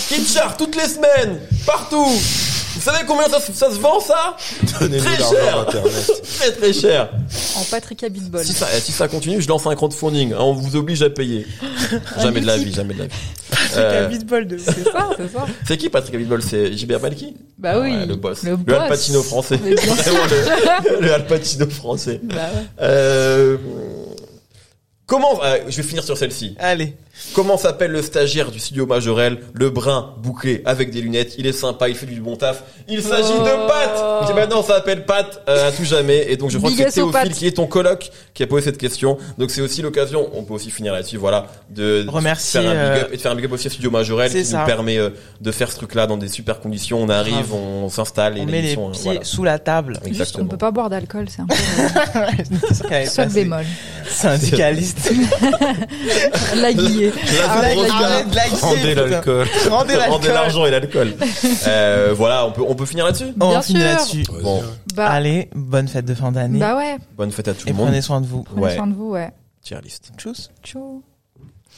B: Kitchart toutes les semaines, partout. Vous savez combien ça, se- ça se vend ça
D: Donnez-nous
B: Très
D: l'argent
B: cher.
D: d'Internet.
B: Très très cher.
C: En Patrick Abitbol.
B: Si ça, si ça continue, je lance un crowdfunding. hein, On vous oblige à payer. jamais de la vie, jamais de la vie. Euh,
C: C'est ça, c'est ça.
B: c'est qui Patrick Abitbol C'est Gilbert Balki
C: Bah oui.
B: Ouais, Le boss.
C: Le
B: Al
C: boss.
B: Pacino français.
C: Mais bien sûr.
B: Vraiment le, le Al Pacino français.
C: Bah ouais.
B: Euh, comment... euh, je vais finir sur celle-ci.
A: Allez.
B: Comment s'appelle le stagiaire du studio Majorel Le brun, bouclé, avec des lunettes. Il est sympa, il fait du bon taf. Il s'agit
C: Oh.
B: de Pat Qui maintenant s'appelle Pat euh, à tout jamais. Et donc je crois
C: Big
B: que
C: ass
B: c'est
C: au
B: Théophile
C: Pat.
B: qui est ton coloc qui a posé cette question. Donc c'est aussi l'occasion, on peut aussi finir là-dessus, voilà, de
A: Remercier,
B: faire un big
A: euh,
B: up et de faire un big up aussi au studio Majorel
A: c'est
B: qui
A: ça.
B: nous permet euh, de faire ce truc-là dans des super conditions. On arrive,
A: Grave.
B: on s'installe et
A: On met les
B: l'émission, euh,
A: pieds
B: voilà.
A: sous la table.
C: Juste,
B: Exactement.
C: on peut pas boire d'alcool, c'est un peu
A: C'est sûr qu'elle est
C: seul
A: passée.
C: bémol.
A: Syndicaliste.
C: La guillée. Arrête la
B: grosse
C: guillée.
A: Arrête de la guisser,
D: Rendez
A: putain.
D: l'alcool.
A: Rendez
B: Rendez
A: l'alcool.
B: l'argent et l'alcool. Euh, voilà, on peut on peut finir là-dessus.
A: On
C: Bien
A: finit
C: sûr.
A: là-dessus.
B: Bon,
C: Bah,
A: Allez, bonne fête de fin d'année.
C: bah ouais,
B: bonne fête à tout
A: et
B: le monde.
A: prenez soin de vous.
C: prenez
B: Ouais.
C: soin de vous, ouais.
B: Tier list.
A: Tchuss.
C: Tchou.